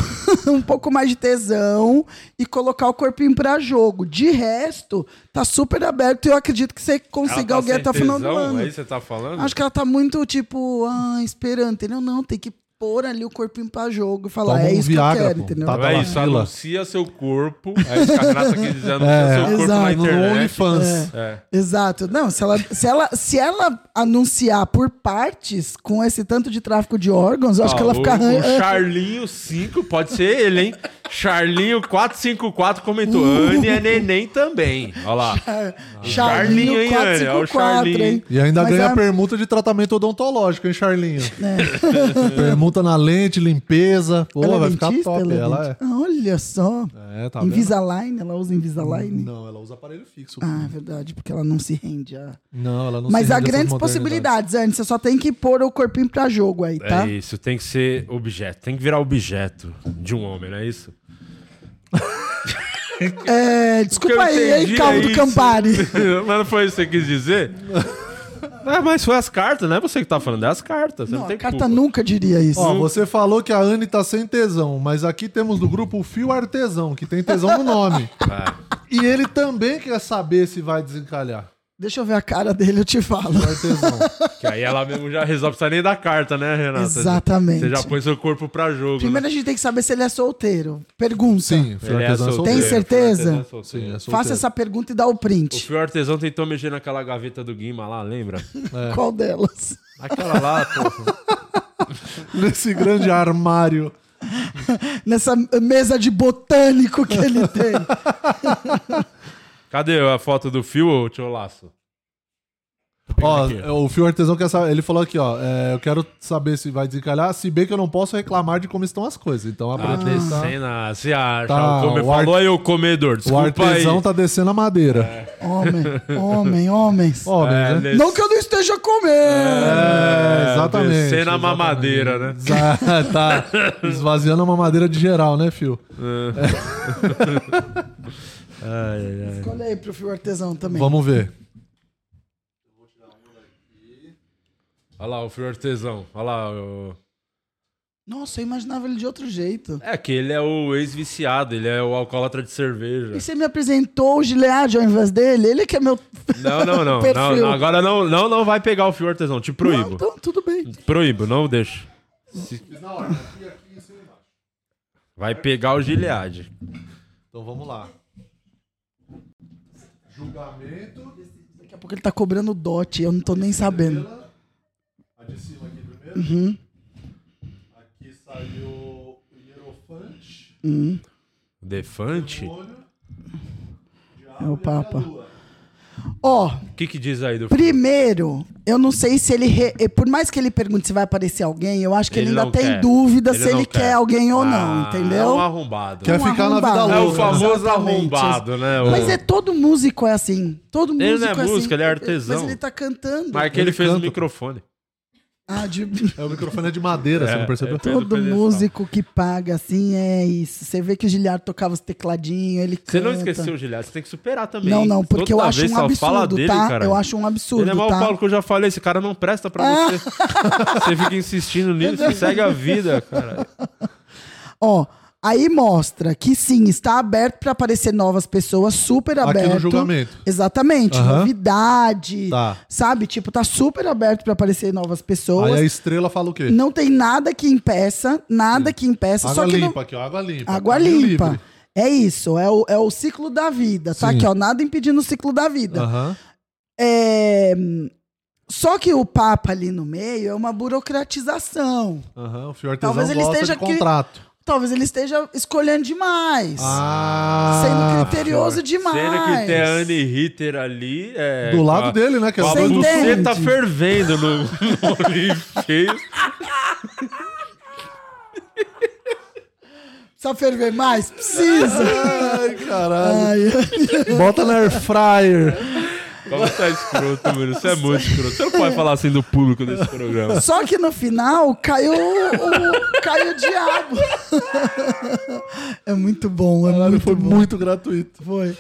[laughs] um pouco mais de tesão e colocar o corpinho pra jogo. De resto, tá super aberto e eu acredito que você Ela consiga tá alguém sem até o final do tesão, ano. É isso que você tá falando? Acho que ela tá muito tipo, ah, esperando, entendeu? Não, tem que pôr ali o corpinho pra jogo e falar, Toma é um isso Viagra, que eu quero, pô. entendeu? Tá Então é isso, fila. anuncia seu corpo. É isso que a Renata quer dizer, anuncia É. é seu corpo na exato. No internet. OnlyFans. É. Exato. Não, se ela, se, ela, se ela anunciar por partes com esse tanto de tráfico de órgãos, eu acho Ó, que ela Ah, o, fica. o [laughs] Charlinho 5, pode ser ele, hein? Charlinho 454 comentou. Uh. Anne é neném também. Olha lá. Charlinho, hein, Anne? Olha o 454, Charlinho, hein? E ainda Mas ganha a- permuta de tratamento odontológico, hein, Charlinho? [laughs] permuta na lente, limpeza. Pô, É. Ela é vai ficar dentista? top. Ela é Ela dentista? Ah, Olha só. é. É, tá vendo? Invisalign, ela usa Invisalign? Não, ela usa aparelho fixo. Ah, é verdade, porque ela não se rende a. Não, ela não se Mas rende a há essas grandes modernidades. possibilidades, Anne. Você só tem que pôr o corpinho pra jogo aí, tá? É isso, tem que ser objeto. Tem que virar objeto de um homem, não é isso? É, desculpa O que eu aí, entendi hein, Calvo é do isso. Campari. [laughs] Mas não foi isso que você quis [laughs] dizer? Ah, mas foi as cartas, não é você que tá falando, é as cartas. Você não, Não, a tem carta culpa. nunca diria isso. Hum. Ó, você falou que a Anne tá sem tesão, mas aqui temos do grupo o Fio Artesão, que tem tesão [laughs] no nome. Ah. E ele também quer saber se vai desencalhar. Deixa eu ver a cara dele, eu te falo. Fio Artesão. Que aí ela mesmo já resolve, não precisa nem da carta, né, Renata? Exatamente. Você já põe seu corpo pra jogo. Primeiro né? a gente tem que saber se ele é solteiro. Pergunta. Sim, Fio Ele é Artesão é solteiro. solteiro. Tem certeza? Ele é solteiro. Sim, é solteiro. Faça essa pergunta e dá o O print. Fio Artesão tentou mexer naquela gaveta do Guima lá, lembra? Qual delas? [laughs] Aquela lá, pô. Nesse grande armário. Nessa mesa de botânico que [laughs] ele tem. Cadê a foto do Fio, ô, tio Laço? Ó, é, o Fio Artesão quer saber. Ele falou aqui, ó. é, eu quero saber se vai desencalhar, se bem que eu não posso reclamar de como estão as coisas. Então a Tá preta- descendo, a- se acha. Tá, o come... o Falou ar- aí o comedor, O desculpa artesão aí. tá descendo a madeira. Homem, homem, homens. Homem, É, né? des- Não que eu não esteja comendo. É, exatamente. Descendo a exatamente. mamadeira, né? Exa- [laughs] [laughs] tá esvaziando a mamadeira de geral, né, Fio? É. Escolhe aí pro fio artesão também. Vamos ver. Olha lá, o Fio Artesão. Olha lá. o- Nossa, eu imaginava ele de outro jeito. É que ele é o ex-viciado, ele é o alcoólatra de cerveja. E você me apresentou o Gilead ao invés dele? Ele que é meu. Não, não, não. Perfil. não, não, agora não, não, não vai pegar o Fio Artesão, te Não, proíbo. então, tudo bem. Proíbo, não deixa. Vai pegar o Gilead. Então vamos lá. Julgamento. Daqui a pouco ele tá cobrando dote, eu não tô nem sabendo. A de cima aqui primeiro. Uhum, Aqui saiu o Hierofante. uhum. Defante? Olho. É o Papa. Ó, O que, que diz aí do primeiro, eu não sei se ele. re- eh, Por mais que ele pergunte se vai aparecer alguém, eu acho que ele, Ele ainda não tem quer. dúvida se não ele quer alguém ou não, Ah, É entendeu? um arrombado. Quer Um ficar na vida arrombado. É o louca. né? famoso Exatamente. arrombado, né? o- Mas é todo músico é assim. Todo músico Ele não é assim. músico, ele é artesão. Mas ele tá cantando. Mas é que ele, Ele fez o canta. microfone. [laughs] Ah, de- É, o microfone é de madeira, você É, não percebeu? é. Todo pedestal. músico que paga assim é isso. Você vê que o Giliardo tocava os tecladinhos, ele Você não canta. esqueceu, Gilhard. Você tem que superar também. Não, não, porque eu Toda acho vez um só fala absurdo, dele, tá? cara. Eu acho um absurdo, Ele é mal tá? Paulo que eu já falei, esse cara não presta pra você. [laughs] você fica insistindo nisso e segue a vida, cara. Ó, aí mostra que sim, está aberto para aparecer novas pessoas, super Aqui aberto. no julgamento. Exatamente, Aham. novidade. Tá. Sabe? Tipo, tá super aberto para aparecer novas pessoas. Aí é a estrela fala o quê? Não tem nada que impeça, nada que impeça. Água só que limpa não... aqui, ó. Água limpa. Água Caminho limpa. livre. É isso, é o, é o ciclo da vida. Tá Sim. aqui, ó, nada impedindo o ciclo da vida. Aham. É, Só que o Papa ali no meio é uma burocratização. Aham. O fio artesão Talvez ele gosta esteja de aqui- contrato. Talvez ele esteja escolhendo demais. Ah. sendo criterioso demais. Sendo que tem a Anne Ritter ali. é, Do com lado a- dele, né? Que é Com a Você do- entende? buceta fervendo no, no Olimpíada. Precisa ferver mais? [laughs] Precisa. Ai, caralho. Ai, Bota na air fryer. Como você é escroto, mano. Você é muito escroto. Você não pode falar assim do público desse programa. Só que no final caiu o, caiu [laughs] o diabo. É muito bom, é Caralho, muito foi bom. muito gratuito. Foi.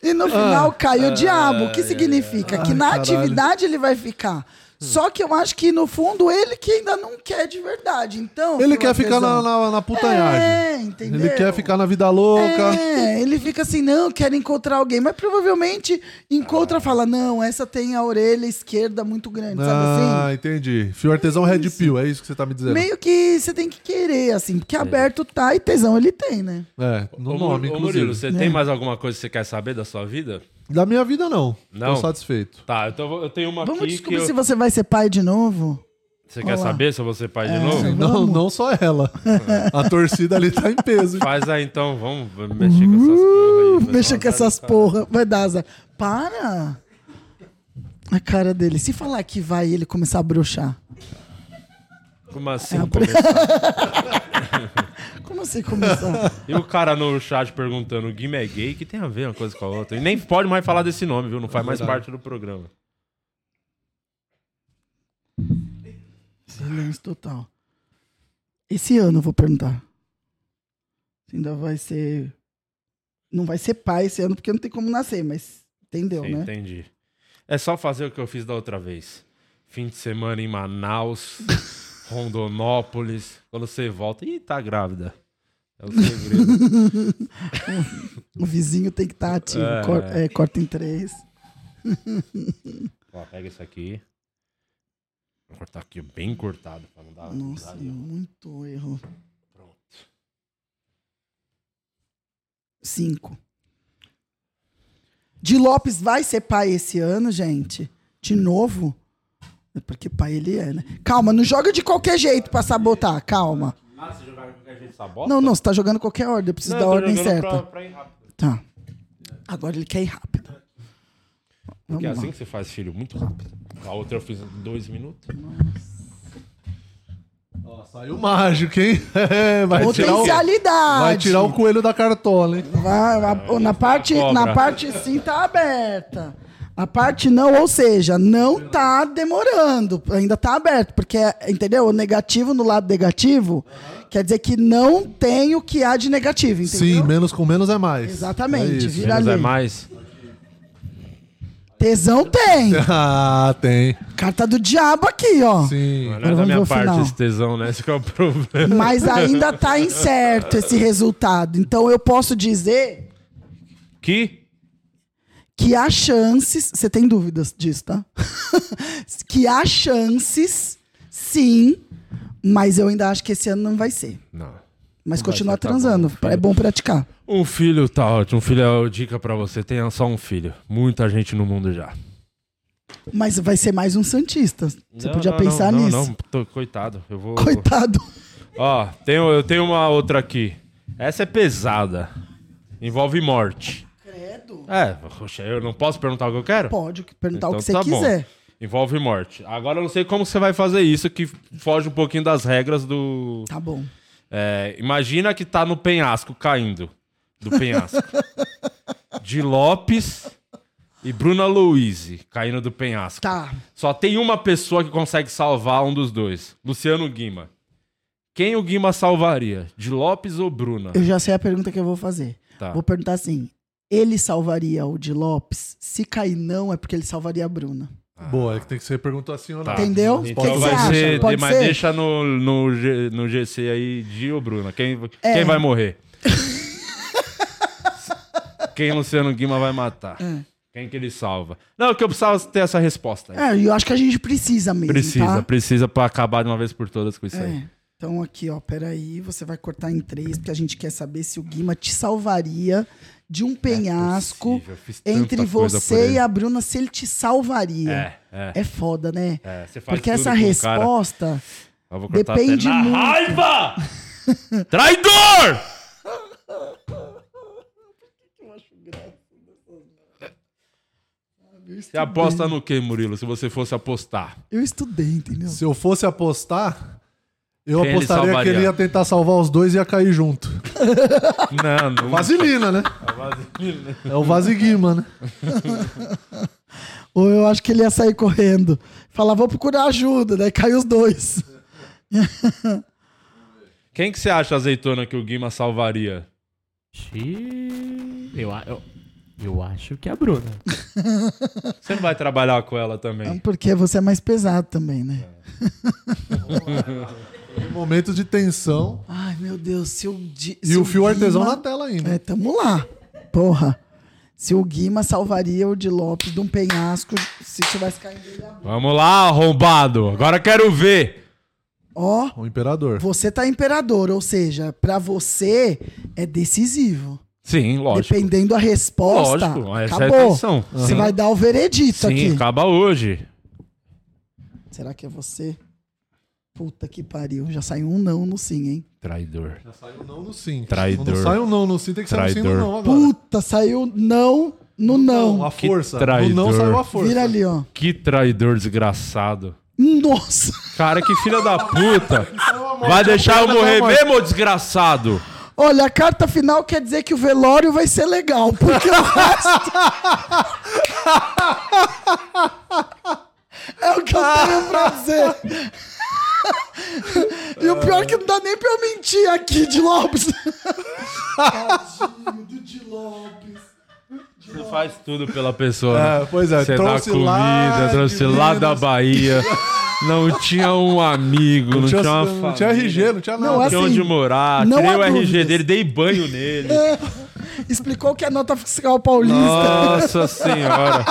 e no final caiu o diabo, o que significa? que na Ah. Ai, caralho. Hum. atividade ele vai ficar. Só que eu acho que no fundo ele que ainda não quer de verdade. Então. Ele fio quer ficar na, artesão, na, na putanhagem. É, entendeu? Ele quer ficar na vida louca. É, ele fica assim, não, quero encontrar alguém. Mas provavelmente encontra e fala, não, essa tem a orelha esquerda muito grande, sabe assim? Ah, entendi. Fio artesão Red Pill, é isso que você tá me dizendo. Meio que você tem que querer, assim, porque aberto tá e tesão ele tem, né? É, no Ô, nome, Mur- ô, inclusive. Murilo, você É. tem mais alguma coisa que você quer saber da sua vida? Da minha vida, não. Não? Tô satisfeito. Tá, então eu vou- eu tenho uma Vamos aqui que descobrir eu- se você vai ser pai de novo? Você quer Olá. saber se eu vou ser pai É, de novo? Não, não só ela. A torcida ali tá em peso. Faz aí então, vamos mexer com essas porra aí. vai dar Uh, Mexa com azar do essas caralho. porra. Vai dar azar. Para! A cara dele. Se falar que vai, ele começar a bruxar. Como assim? Ah, começar? Como [laughs] assim começar? E o cara no chat perguntando, o Guima é gay, que tem a ver uma coisa com a outra? E nem pode mais falar desse nome, viu? Não faz mais parte do programa. Silêncio total. Esse ano eu vou perguntar. Se Ainda vai ser. Não vai ser pai esse ano, porque não tem como nascer, mas entendeu, Sim, né? Entendi. É só fazer o que eu fiz da outra vez. Fim de semana em [laughs] Manaus, Rondonópolis. Quando você volta, ih, tá grávida. É o [laughs] segredo. O vizinho tem que estar ativo. É. Cor- é, corta em três. Ó, pega isso aqui. Vou cortar aqui bem cortado pra não dar. não Nossa, dar erro. muito erro. Pronto. Cinco. De Lopes vai ser pai esse ano, gente? De novo? É Porque pai ele é, né? Calma, não joga de qualquer jeito pra sabotar, calma. Ah, se jogar com qualquer jeito, sabota? Não, não, você tá jogando qualquer ordem, eu preciso Não, da eu tô ordem jogando certa. Pra, pra ir rápido. Tá. Agora ele quer ir rápido. Vamos Porque é lá. assim que você faz filho, muito rápido. A outra eu fiz em dois minutos. Ó, saiu mágico, hein? [laughs] É, vai, tirar o, Potencialidade. vai tirar o coelho da cartola, hein? Vai, na, na parte, Ah, cobra. na parte sim tá aberta. A parte não, ou seja, não tá demorando, ainda tá aberto, porque entendeu? O negativo no lado negativo quer dizer que não tem o que há de negativo, entendeu? Sim, menos com menos é mais. Exatamente, É isso. vira Menos é ali. mais. Tesão tem. [laughs] Ah, tem. Carta do diabo aqui, ó. Sim. Mas não é Agora da vamos ver minha o parte final. esse tesão, né? Esse que é o [laughs] problema. Mas ainda tá incerto esse resultado. Então eu posso dizer Que? que há chances, você tem dúvidas disso, tá? [laughs] que há chances, sim, mas eu ainda acho que esse ano não vai ser. Não. Mas continuar transando. é bom praticar. Um filho tá ótimo. Um filho é dica pra você. Tenha só um filho. Muita gente no mundo já. Mas vai ser mais um Santista. Você Não, podia não, pensar não, nisso. Não, não, tô- coitado. Eu vou. Coitado. Ó, tenho, eu tenho uma outra aqui. Essa é pesada. Envolve morte. Credo. É, poxa, eu não posso perguntar o que eu quero? Pode perguntar o Então que você tá bom. quiser. Envolve morte. Agora eu não sei como você vai fazer isso, que foge um pouquinho das regras do. Tá bom. É, imagina que tá no penhasco caindo. Do [laughs] penhasco. De Lopes e Bruna Louise caindo do penhasco. Tá. Só tem uma pessoa que consegue salvar um dos dois: Luciano Guima. Quem o Guima salvaria? De Lopes ou Bruna? Eu já sei a pergunta que eu vou fazer. Tá. Vou perguntar assim: ele salvaria o de Lopes? Se cair não, é porque ele salvaria a Bruna. Boa, é que tem que ser pergunta assim ou não. Tá. Entendeu? O que Então vai que você ser. acha? Pode mas ser? deixa no, no, G- no GC aí, Di ou Bruna. Quem, É. quem vai [laughs] morrer? quem Luciano Guima vai matar? Ah. Quem que ele salva? Não, é que eu precisava ter essa resposta. aí. É, eu acho que a gente precisa mesmo. precisa, tá? precisa pra acabar de uma vez por todas com isso aí. É. Então aqui, ó, peraí, você vai cortar em três, porque a gente quer saber se o Guima te salvaria de um penhasco É possível, eu fiz tanta entre coisa por você ele. e a Bruna, se ele te salvaria. é. foda, né? É, você faz porque tudo essa com o cara. resposta. Eu vou cortar Depende até na muito. [laughs] raiva! Traidor! Você aposta no que, Murilo, se você fosse apostar? Eu estudei, entendeu? Se eu fosse apostar, eu Quem ele apostaria que salvaria? ele ia tentar salvar os dois e ia cair junto. Não, não. Vaselina, né? É o Vasiguima, né? Ou eu acho que ele ia sair correndo. Falar, vou procurar ajuda, daí cai os dois. Quem que você acha, azeitona, que o Guima salvaria? Xiii, Eu, a- eu, eu acho que é a Bruna. Você não vai trabalhar com ela também. Porque você é mais pesado também, né? Um momento de tensão Ai, meu Deus, se o Di- e se o fio artesão tá Guima- na tela ainda. É, tamo lá. Porra. Se o Guima salvaria o de Lopes de um penhasco se tivesse caído ele ia- Vamos lá, arrombado. Agora quero ver. Ó, O imperador. você tá imperador, ou seja, pra você é decisivo. Sim, lógico. Dependendo da resposta, Lógico, essa é a acabou. atenção. Você vai dar o veredito Sim, aqui. acaba hoje. Será que é você? Puta que pariu, já saiu um não no sim, hein? Traidor. Já saiu um não no sim. Traidor. Quando sai um não no sim, tem que sair um sim no Traidor. não agora. Puta, saiu um não no não. A força. traidor. No não saiu a força. Vira ali, ó. Que traidor desgraçado. Nossa! Cara, que filha da [laughs] puta. é um Vai deixar eu morrer mesmo, ô desgraçado? [laughs] Olha, a carta final quer dizer que o velório vai ser legal, porque o [laughs] resto. é o que eu tenho pra dizer. [laughs] e o pior é que não dá nem pra eu mentir aqui, de Lopes. [laughs] Você faz tudo pela pessoa, É, né? pois é, Você dá trouxe comida, lá é, de trouxe lá da Minas. Bahia. Não tinha um amigo, não, tinha, uma família. não tinha RG, não tinha nada. Não, Não tinha assim, onde morar. não Tirei há o RG dúvidas. É, dele, dei banho nele. Explicou que é nota fiscal paulista. Nossa senhora.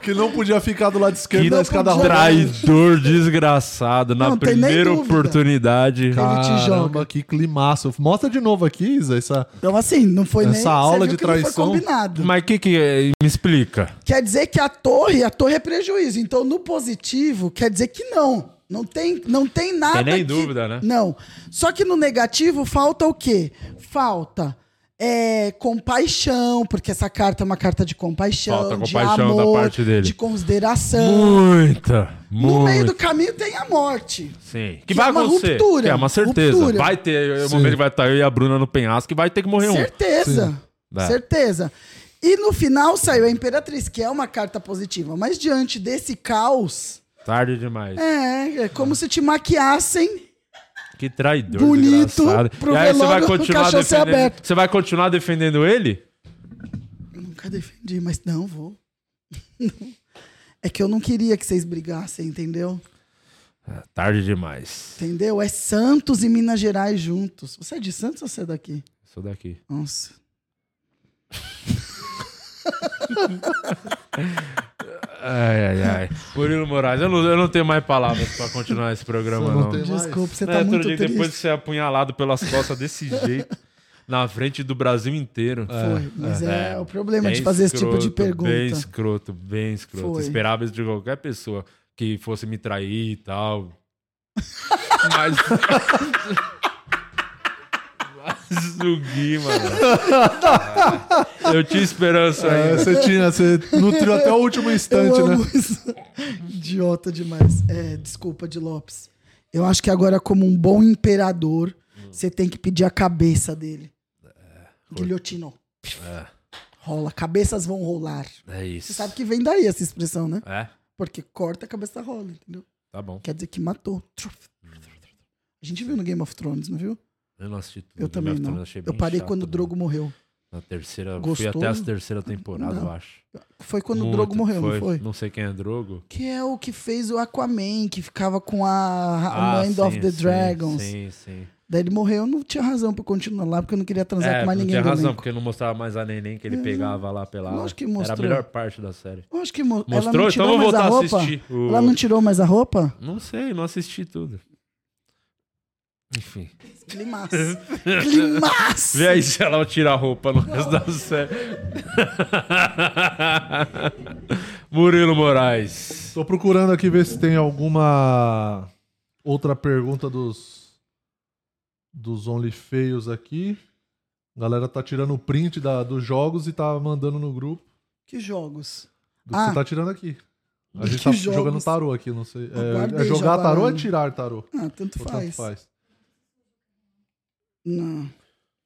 Que não podia ficar do lado esquerdo Que da escada rolante. traidor desgraçado. Na Não, tem nem primeira dúvida. oportunidade. Ele te joga. Caramba, que climaço. Mostra de novo aqui, Isa, essa... Então, assim, não foi nem. Essa aula você viu de que Não foi traição. combinado. Mas o que que... é? Me explica. Quer dizer que a torre, a torre é prejuízo. Então, no positivo, quer dizer que não. Não tem, não tem nada. Tem nem que- dúvida, né? Não. Só que no negativo falta o quê? Falta é, compaixão, porque essa carta é uma carta de compaixão, Falta de compaixão da amor, parte dele. de consideração. Muita, É. No meio do muita. caminho tem a morte. Sim. Que, que vai é uma acontecer. ruptura, que é uma certeza. ruptura. Vai ter o Sim. momento que vai estar eu e a Bruna no penhasco e vai ter que morrer um. Certeza. É. Certeza. E no final saiu a Imperatriz, que é uma carta positiva. Mas diante desse caos, Tarde demais. é, é como se te maquiassem Que traidor. Bonito desgraçado. pro e aí você vai velório, continuar caixão ser defendendo. aberto. Você vai continuar defendendo ele? Eu nunca defendi, mas não vou. [laughs] É que eu não queria que vocês brigassem, entendeu? Tarde demais. Entendeu? É Santos e Minas Gerais juntos. Você é de Santos ou você é daqui? Sou daqui. Nossa. [laughs] Ai, ai, ai. Murilo Moraes, eu não, eu não tenho mais palavras pra continuar esse programa, Você não. não tem mais? Desculpa, você Né, tá outro muito dia, triste. Depois de ser apunhalado pelas costas desse [laughs] jeito, na frente do Brasil inteiro. Foi, mas é, É, o problema Bem de fazer esse tipo de escroto, pergunta. Bem escroto, bem escroto. Foi. Esperava isso de qualquer pessoa que fosse me trair e tal. [laughs] Mas. Mas o Gui, [laughs] mano. Eu tinha esperança É, ainda. você tinha, você nutriu até o último instante, Eu amo [laughs] né? isso. Idiota demais. É, desculpa, de Lopes. Eu acho que agora, como um bom imperador, Hum. você tem que pedir a cabeça dele. É, Guilhotino. Rola. Cabeças vão rolar. É Você isso. sabe que vem daí essa expressão, né? É? Porque corta a cabeça rola, entendeu? Tá bom. Quer dizer que matou. A gente viu no Game of Thrones, não viu? Eu não assisti tudo. Eu também Game of não. Thrones, achei Eu bem parei chato, né? quando o mano. Drogo morreu. Na terceira. Gostou? Fui até a terceira temporada, Não. eu acho. Foi quando Muito, o Drogo morreu, não foi? Não sei quem é Drogo. Que é o que fez o Aquaman, que ficava com a, a Ah, Mind of sim, the sim, Dragons. Sim, sim. Daí ele morreu, eu não tinha razão pra continuar lá, porque eu não queria transar É, com mais não ninguém tinha do razão, elenco. É. porque não mostrava mais a neném que ele pegava lá pela. Lógico que Era mostrou. a melhor parte da série. Eu acho que mo- ela Mostrou? não Então tirou vou mais a voltar a roupa? assistir. o- Ela não tirou mais [laughs] a roupa? Não sei, não assisti tudo. Enfim. [laughs] Climaço. Climaço! Vê aí se ela tira a roupa no resto da série. [laughs] Murilo Moraes. Tô procurando aqui ver se tem alguma outra pergunta dos dos Only Feios aqui. A galera tá tirando o print da- dos jogos e tá mandando no grupo. Que jogos? Do que Ah. você tá tirando aqui. A Que gente tá jogos? jogando tarô aqui, não sei. É, guardei é já jogar tarô ou é baralho. tirar tarô? Ah, tanto Ou tanto faz. faz. Não.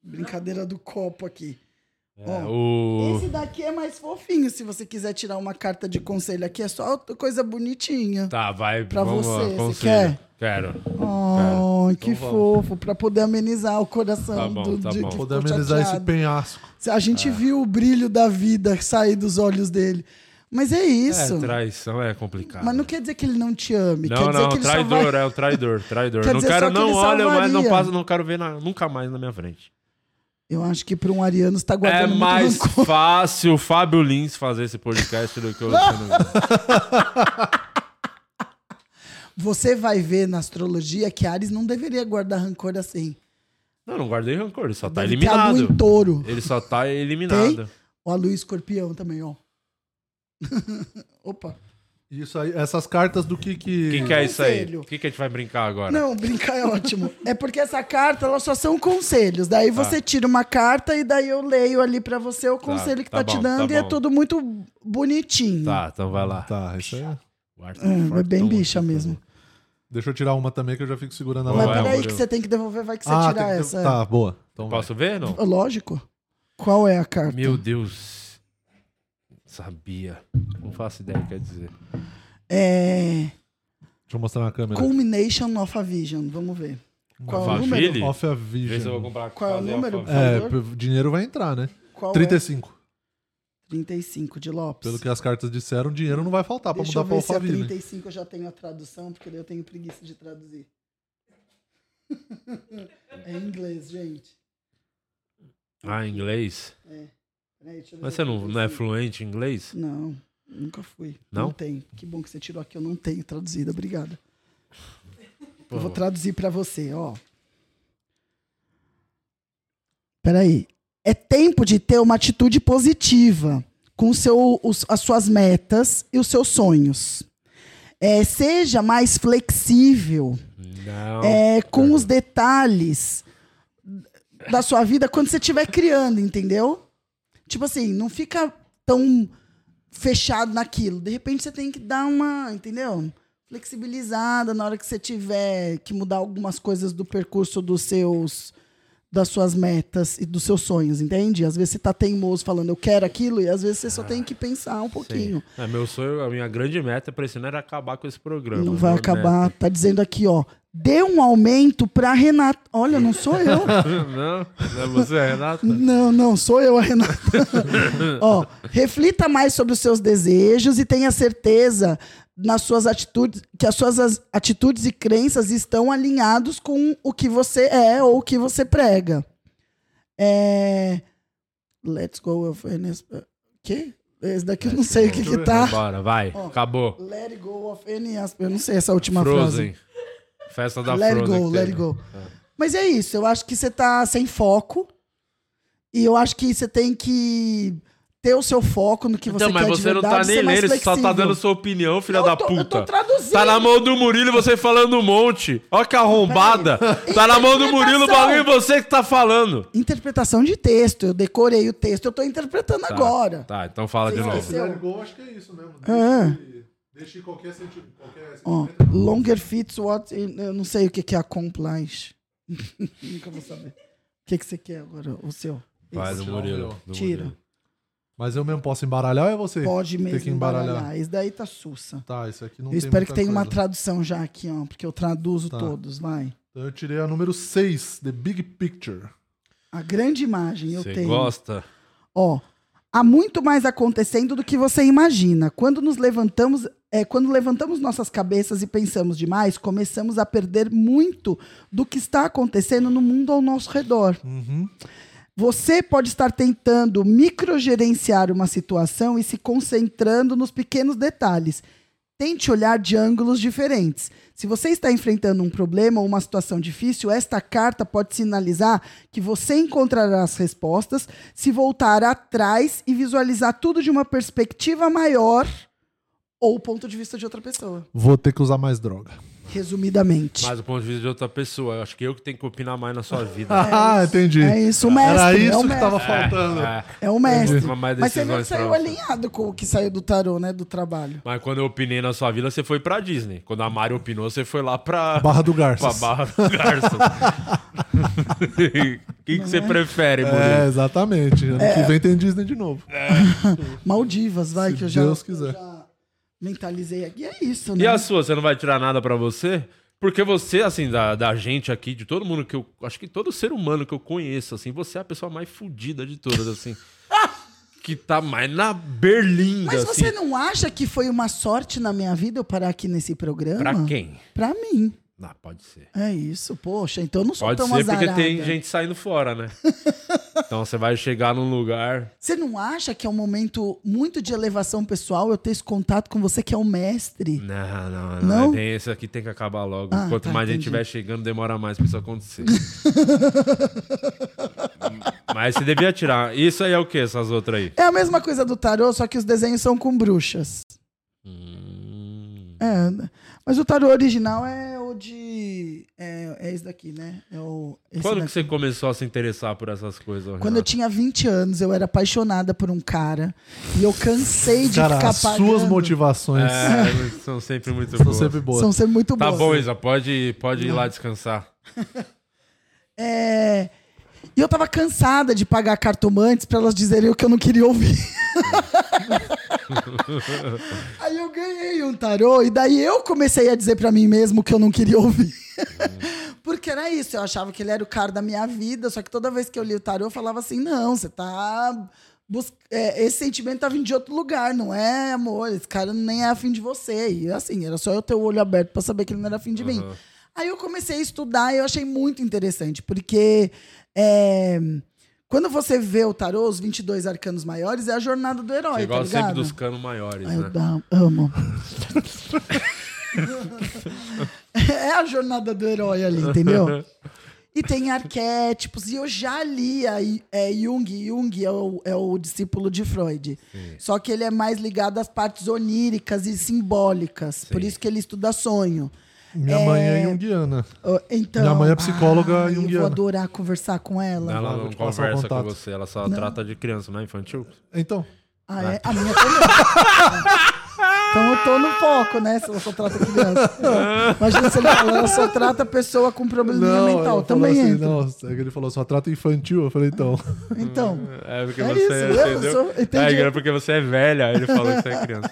Brincadeira do copo aqui. É, Ó, o... Esse daqui é mais fofinho. Se você quiser tirar uma carta de conselho aqui, é só coisa bonitinha. Tá, vai. Pra vamos lá, você, você conselho. Quero. Ai, que então fofo. Pra poder amenizar o coração Tá bom, do tá de, bom. que Poder ficou amenizar esse chateado. penhasco. A Ah. gente viu o brilho da vida sair dos olhos dele. Mas é isso. É, traição é complicado. Mas não quer dizer que ele não te ame. quer Não, dizer não, que ele traidor, só vai... é o traidor, traidor. [laughs] Quer não dizer quero, só que não ele olha mais, não salvaria. passa, não quero ver na- nunca mais na minha frente. Eu acho que para um ariano está É guardando muito mais [laughs] rancor. fácil o Fábio Lins fazer esse podcast do que o [laughs] Luciano Huck. Você vai ver na astrologia que Ares não deveria guardar rancor assim. Não, não guardei rancor, ele só tá Deve ter a lua eliminado. em touro. Ele só tá eliminado. Ó, a lua em escorpião também, ó. [laughs] Opa. Isso aí, essas cartas do que O que... que, que é isso aí? Conselho. O que, que a gente vai brincar agora? Não, brincar é ótimo. É porque essa carta, elas só são conselhos. Daí você tira uma carta e daí eu leio ali pra você o conselho que Tá. tá tá, bom, te dando tá e é bom. tudo muito bonitinho. Tá, então vai lá. Tá, isso aí. é- Guarda É, fortão vai bem aqui bicha pra mesmo. Deixa eu tirar uma também que eu já fico segurando a Boa, Mas é, mão. peraí Murilo. que você tem que devolver, vai que você Ah, tirar tem que- essa. É Tá, boa. Então mim. vai. Posso ver, não? Lógico. Qual é a carta? Meu Deus. Sabia. Não faço ideia o que quer dizer. É. Deixa eu mostrar na câmera. Culmination of a Vision. Vamos ver. Qual é o número? Vagile? Off a Vê se eu vou Vision. comprar. Qual é o fazer número? alfa- É, Por p- dinheiro vai entrar, né? Qual 35. é? 35 de Lopes. Pelo que as cartas disseram, dinheiro não vai faltar Ah, pra Deixa eu mudar pra ver se é a Alphaville. 35 eu já tenho a tradução, porque daí eu tenho preguiça de traduzir. [laughs] é em inglês, gente. Ah, inglês? Peraí, deixa eu ver Mas se você eu não, tenho não é 35. fluente em inglês? Não, nunca fui. Não? tem. Que bom que você tirou aqui, eu não tenho traduzida, obrigada. Pô, eu vou traduzir pra você, ó. Peraí. É tempo de ter uma atitude positiva com o seu, os- as suas metas e os seus sonhos. É, seja mais flexível Não. é, com os detalhes da sua vida quando você estiver criando, entendeu? Tipo assim, não fica tão fechado naquilo. De repente você tem que dar uma, entendeu? Flexibilizada na hora que você tiver que mudar algumas coisas do percurso dos seus das suas metas e dos seus sonhos, entende? Às vezes você tá teimoso falando eu quero aquilo e às vezes você só tem que pensar um pouquinho. Sim. É, meu sonho, a minha grande meta pra esse ano era acabar com esse programa. Não vai Minha acabar. Tá dizendo aqui, ó. Dê um aumento pra Renata. Olha, não sou eu. meta. não, não é você, Renata? Não, não, sou eu, a Renata. [laughs] Ó, reflita mais sobre os seus desejos e tenha certeza nas suas atitudes, que as suas as- atitudes e crenças estão alinhados com o que você é ou o que você prega. É... Let's go of... Quê? Esse daqui eu não sei o que que tá. Bora, vai. Acabou. Let it go of any... asp- Eu não sei essa última frase. Frozen. Festa da Let it Frozen. go, que let teve. it go. Mas é isso, eu acho que você tá sem foco. E eu acho que você tem que ter o seu foco no que você Então, quer mas de você não verdade, tá nem ser mais lendo, você só tá flexível. dando sua opinião, filha Eu da tô- eu tô puta. traduzindo. Tá na mão do Murilo e você falando um monte. Ó que arrombada. Peraí. Tá na mão do Murilo o bagulho e Interpretação. você que tá falando. Interpretação de texto, eu decorei o texto, eu tô interpretando Tá, agora. Tá, então fala de Você novo. esqueceu? Let go, acho que é isso mesmo. É. Deixe, deixe qualquer sentido. Qualquer Ó, sentimento. longer fits what... Eu não sei o que que é a compliance. [laughs] Nunca vou saber. O que que você quer agora, o seu? Vai Esse. do Murilo. do Tira. Murilo. Mas eu mesmo posso embaralhar ou é um você? Pode mesmo Tem que embaralhar. embaralhar. Esse daí tá sussa. Tá, isso aqui não eu tem espero que muita tenha uma coisa. tradução já aqui, ó, porque eu traduzo Tá. todos, vai. Então eu tirei a número 6, The Big Picture. A grande imagem eu Você tenho. gosta? Ó, há muito mais acontecendo do que você imagina. Quando nos levantamos, é, quando levantamos nossas cabeças e pensamos demais, começamos a perder muito do que está acontecendo no mundo ao nosso redor. Uhum. Você pode estar tentando microgerenciar uma situação e se concentrando nos pequenos detalhes. Tente olhar de ângulos diferentes. Se você está enfrentando um problema ou uma situação difícil, esta carta pode sinalizar que você encontrará as respostas se voltar atrás e visualizar tudo de uma perspectiva maior ou ponto de vista de outra pessoa. Vou ter que usar mais droga. Resumidamente. Mas do ponto de vista de outra pessoa. Eu acho que eu que tenho que opinar mais na sua [laughs] vida. [laughs] ah, entendi. É isso, o mestre. Era é o isso que mestre. tava faltando. é. É o mestre. Toma mais Mas você viu que decisões pra saiu você. alinhado com o que saiu do tarô, né? Do trabalho. Mas quando eu opinei na sua vida, você foi pra Disney. Quando a Mari opinou, você foi lá pra. Barra do Garças. Pra Barra do [laughs] Garças. [laughs] O que, que você prefere, É, Murilo? exatamente. Ano É. que vem tem Disney de novo. Maldivas, vai, Se que eu já, Deus quiser. eu já mentalizei aqui. É isso, né? E a sua, você não vai tirar nada pra você? Porque você, assim, da, da gente aqui, de todo mundo que eu. Acho que todo ser humano que eu conheço, assim, você é a pessoa mais fodida de todas, assim. [laughs] que tá mais na berlinda, Mas assim. você não acha que foi uma sorte na minha vida eu parar aqui nesse programa? Pra quem? Pra mim. Não, pode ser. É isso, poxa. Então eu não sou Pode tão ser azarada. porque tem gente saindo fora, [laughs] né? então você vai chegar num lugar. Você não acha que é um momento muito de elevação pessoal eu ter esse contato com você que é o mestre? Não, não, não. Não? Tem, esse aqui tem que acabar logo. Ah, Quanto tá, mais gente entendi. tiver chegando, demora mais pra isso acontecer. [laughs] Mas você devia tirar. Isso aí é o que, essas outras aí? É a mesma coisa do tarô, só que os desenhos são com bruxas. Hum. É, né? mas o tarô original é o de. É, é esse daqui, né? É o, esse Quando que daqui. você começou a se interessar por essas coisas? Quando eu Renato? tinha 20 anos, eu era apaixonada por um cara. E eu cansei de Cara, ficar as suas pagando. motivações É, são sempre muito são boas. sempre boas. São sempre muito Tá boas. né? bom, Isa, pode, pode ir lá descansar. É, E eu tava cansada de pagar cartomantes pra elas dizerem o que eu não queria ouvir. Aí eu ganhei um tarô e daí eu comecei a dizer pra mim mesmo o que eu não queria ouvir. [laughs] Porque era isso, eu achava que ele era o cara da minha vida, só que toda vez que eu li o tarô eu falava assim: "Não, você tá bus- é, esse sentimento tá vindo de outro lugar, não é, amor? Esse cara nem é afim de você". E assim, era só eu ter o olho aberto pra saber que ele não era afim de mim. Aí eu comecei a estudar e eu achei muito interessante, porque é, quando você vê o tarô, os 22 arcanos maiores, é a jornada do herói, Você tá gosta sempre ligado? dos canos maiores, Ah, Eu né? da- amo. é a jornada do herói ali, entendeu? E tem arquétipos, e eu já li a, I- é, Jung. Jung é o, é o discípulo de Freud. Só que ele é mais ligado às partes oníricas e simbólicas. Por isso que ele estuda sonho. Minha mãe é junguiana. Oh, Então, Minha mãe é psicóloga ah, eu vou junguiana. adorar conversar com ela. Ela Vou não te passar o conversa com contato. você, ela só trata de criança, não é infantil? Então, Ah, é? A minha também. [laughs] então eu tô no foco, né? Se ela só trata criança. Imagina se ele falar, ela só trata pessoa com probleminha não, mental. eu Também assim, entra. não, é que ele falou, só trata infantil. Eu falei, então, [laughs] Então, É porque É você isso, eu entendeu? sou- entendi. É, é porque você é velha, aí ele falou que você é [laughs] criança.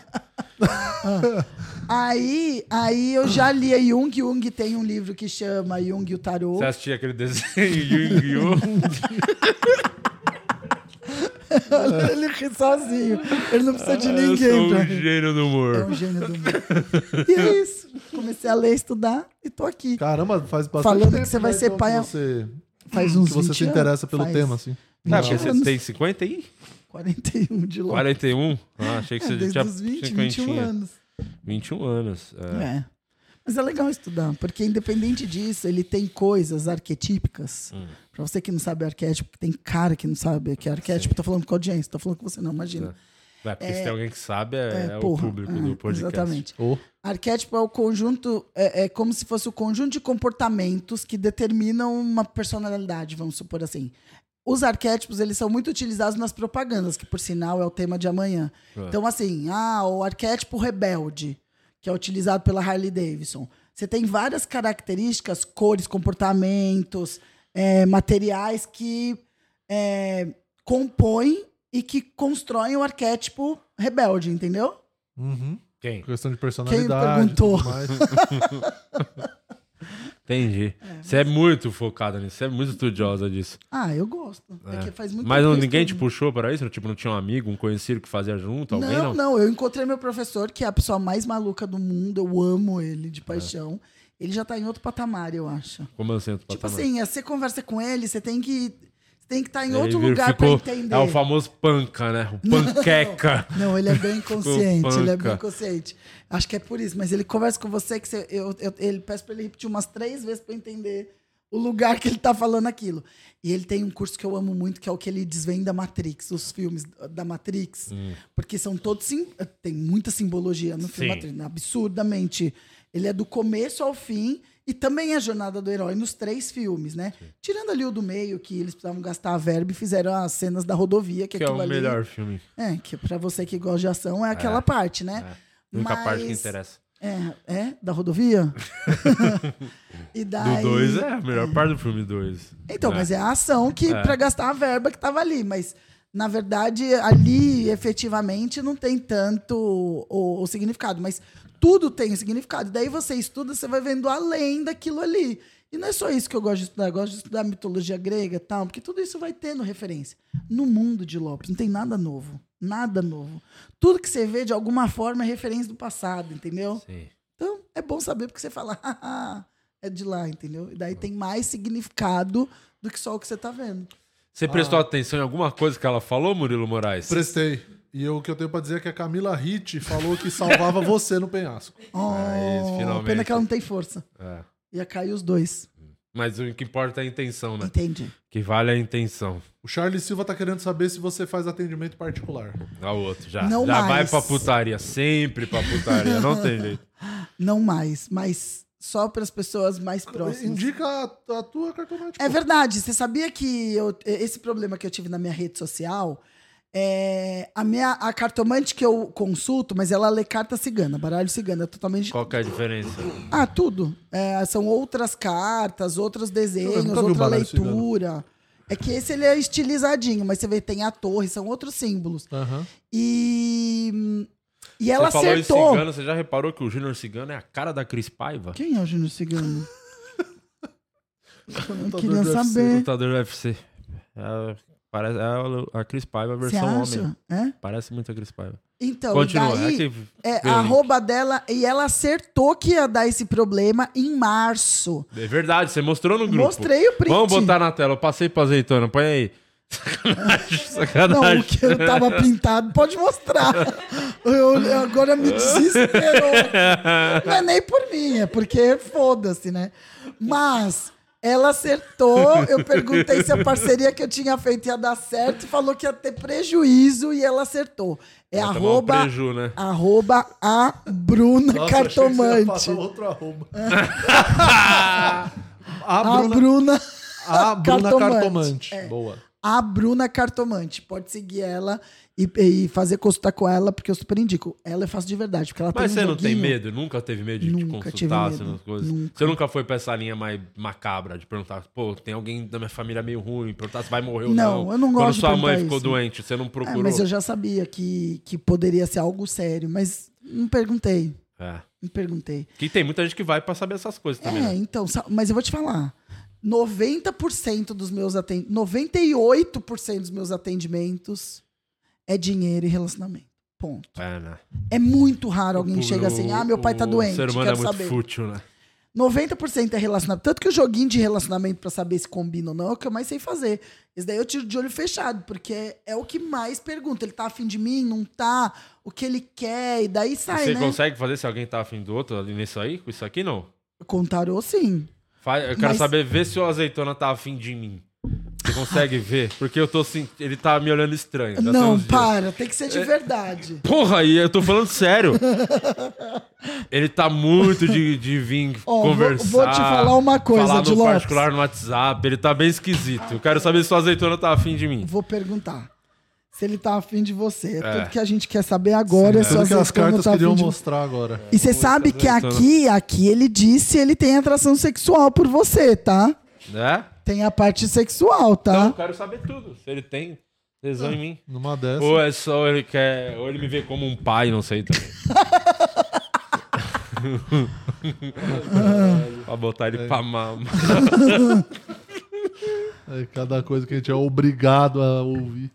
aí, aí eu já li a Jung. Jung tem um livro que chama Jung e o Tarô. Você assistia aquele desenho Yu-Gi-Oh! [laughs] [laughs] ele ri sozinho. Ele não precisa Ah, de Eu sou ninguém pra um rir. gênio do É humor. um gênio do mundo. E é isso. Comecei a ler, estudar e tô aqui. caramba, faz bastante Falando tempo, que você vai né, ser então, pai que a- você, Faz uns Hum, que você 20 se interessa anos. pelo Faz tema, assim. um Sabe, porque anos. você tem 50 aí? 41 de logo. 41? Ah, achei que É, você já um. tinha desde os 20, 21 cinquentinha. anos. 21 anos. É. É. Mas é legal estudar, porque independente disso, ele tem coisas arquetípicas. Pra você que não sabe arquétipo, que tem cara que não sabe que é arquétipo, tô falando com a audiência, tô falando com você, não, imagina. Vai, porque se tem alguém que sabe, É, é, é o porra, público é, do podcast. exatamente. Ou Arquétipo é o conjunto, é, é como se fosse o conjunto de comportamentos que determinam uma personalidade, vamos supor assim. Os arquétipos, eles são muito utilizados nas propagandas, que por sinal é o tema de amanhã. Então, assim, ah, o arquétipo rebelde, que é utilizado pela Harley Davidson. Você tem várias características, cores, comportamentos, é, materiais que é, compõem e que constroem o arquétipo rebelde, entendeu? Uhum. quem? Questão de Quem personalidade. e perguntou? tudo mais. Entendi. Você é muito focada nisso, você é muito estudiosa disso. Ah, eu gosto. É, que faz muito Mas tempo não- que eu ninguém te estudo. puxou para isso? Tipo, não tinha um amigo, um conhecido que fazia junto? Alguém Não, não? não, eu encontrei meu professor, que é a pessoa mais maluca do mundo. Eu amo ele É. de paixão. Ele já tá em outro patamar, eu acho. Como assim? outro Tipo patamar? assim, é, você conversa com ele, você tem que você tem que estar em Ele outro vir- lugar ficou- pra entender. É o famoso panca, né? O [laughs] panqueca. Não, ele é bem consciente, ele é bem panca. consciente. Acho que é por isso, mas ele conversa com você que você, eu, eu- ele peço pra ele repetir umas três vezes pra eu entender o lugar que ele tá falando aquilo. E ele tem um curso que eu amo muito, que é o que ele desvenda Matrix, os filmes da Matrix, Hum. porque são todos sim, tem muita simbologia no filme Sim. Matrix, né? absurdamente. Ele é do começo ao fim e também é a jornada do herói nos três filmes, né? Tirando ali o do meio que eles precisavam gastar a verba e fizeram as cenas da rodovia, que, que é aquilo o ali- melhor filme. é, que pra você que gosta de ação é aquela parte, né? é. A única parte que Mas- interessa. É, é, da rodovia? [laughs] [laughs] e daí... Do 2 é a melhor parte do filme né? 2. Então, mas é a ação que pra gastar a verba que tava ali, mas na verdade ali efetivamente não tem tanto o, o significado, mas tudo tem um significado. Daí você estuda, você vai vendo além daquilo ali. E não é só isso que eu gosto de estudar, eu gosto de estudar mitologia grega e tal, porque tudo isso vai tendo referência. No mundo de Lopes não tem nada novo, nada novo. Tudo que você vê de alguma forma é referência do passado, entendeu? Sim. Então, é bom saber porque você fala, [laughs] "Ah, é de lá, entendeu? E daí tem mais significado do que só o que você tá vendo. Você Ah. prestou atenção em alguma coisa que ela falou, Murilo Moraes? Prestei. E eu- o que eu tenho pra dizer é que a Camila Hit falou que [laughs] salvava você no penhasco. Oh, Ah, isso, finalmente. pena que ela não tem força. É. Ia cair os dois. Mas o que importa é a intenção, né? Entendi. O que vale é a intenção. O Charles Silva tá querendo saber se você faz atendimento particular. Dá o outro, já. Não já mais. vai pra putaria, sempre pra putaria, não tem jeito. Não mais, mas só para as pessoas Ah, mais próximas. Indica a, a tua cartomante. É verdade. Você sabia que eu- esse problema que eu tive na minha rede social é a minha a cartomante que eu consulto, mas ela lê carta cigana, baralho cigano, é totalmente Qual que é a diferença? Ah, tudo. É, são outras cartas, outros Eu desenhos, nunca vi um outra baralho leitura. É que esse ele é estilizadinho, mas você vê, tem a torre, são outros símbolos. Aham. E. E ela você falou em acertou. cigano, você já reparou que o Júnior Cigano é a cara da Cris Paiva? Quem é o Júnior Cigano? Eu Lutador queria do UFC, saber. Lutador do UFC. É, parece, é a Cris Paiva Você versão homem. acha? É? Parece muito a Cris Paiva. Então, Continua. daí, é que é, veio a o link. arroba dela, e ela acertou que ia dar esse problema em março. É verdade, você mostrou no grupo. Mostrei o print. Vamos botar na tela. Eu passei pra azeitona, põe aí. [laughs] Não, Sacanagem, o que eu tava pintado, pode mostrar. Eu, eu- agora me desesperou. Não é nem por mim, é porque foda-se, né? Mas ela acertou, eu perguntei se a parceria que eu tinha feito ia dar certo, falou que ia ter prejuízo e ela acertou. É Vai tomar um arroba, preju, né? arroba a Bruna Nossa, achei que você ia Cartomante. passar outro [laughs] arroba. a A Bruna, Bruna... [laughs] a Bruna Cartomante. Cartomante. É. Boa. a Bruna é Cartomante. Pode seguir ela e, e fazer consulta com ela, porque eu super indico. Ela eu faço de verdade, porque ela Mas tem você um não tem joguinho. medo? Nunca teve medo de te Nunca tive consultar medo, essas coisas? nunca. Você nunca foi pra essa linha mais macabra de perguntar, pô, tem alguém da minha família meio ruim, perguntar se vai morrer ou não. Não, eu não Quando gosto de sua mãe perguntar ficou isso. doente, você não procurou. É, mas eu já sabia que, que poderia ser algo sério, mas não perguntei. É. Não perguntei. Que tem muita gente que vai pra saber essas coisas também, é, né? então, sa- mas eu vou te falar. 90% dos meus atendimentos. 98% dos meus atendimentos é dinheiro e relacionamento. Ponto. É, né? É muito raro alguém O chega público- assim: ah, meu pai tá o doente. ser humano é quero muito saber. fútil, né? 90% é relacionamento. Tanto que o joguinho de relacionamento pra saber se combina ou não é o que eu mais sei fazer. Esse daí eu tiro de olho fechado, porque é, é o que mais pergunta. Ele tá afim de mim? Não tá? O que ele quer? E daí sai, Você né? consegue fazer se alguém tá afim do outro ali nisso aí? Com isso aqui, não? Com tarô, sim. Fa- Eu quero Mas- saber, ver se o azeitona tá afim de mim. Você consegue ver? Porque eu tô assim, ele tá me olhando estranho. já tem Ah. não, uns dias. É. para. Tem que ser de verdade. Porra, e eu tô falando sério. Ele tá muito de, de vir [laughs] Ó, vou- conversar. vou te falar uma coisa, falar de no Lopes. particular no WhatsApp. Ele tá bem esquisito. Eu quero saber se o azeitona tá afim de mim. Vou perguntar. Se ele tá afim de você. É, É. tudo que a gente quer saber agora. é se o Tudo que as azeitona cartas tá afim queriam de você. mostrar agora. E você sabe que aqui, aqui ele disse ele tem atração sexual por você, tá? Né? Tem a parte sexual, Então, eu tá? quero saber tudo. Se ele tem tesão em mim. Numa Tá. dessas. Ou é só ele quer. Ou ele me vê como um pai, não sei [laughs] também. pra botar ele pra mamar. É cada coisa que a gente é obrigado a ouvir.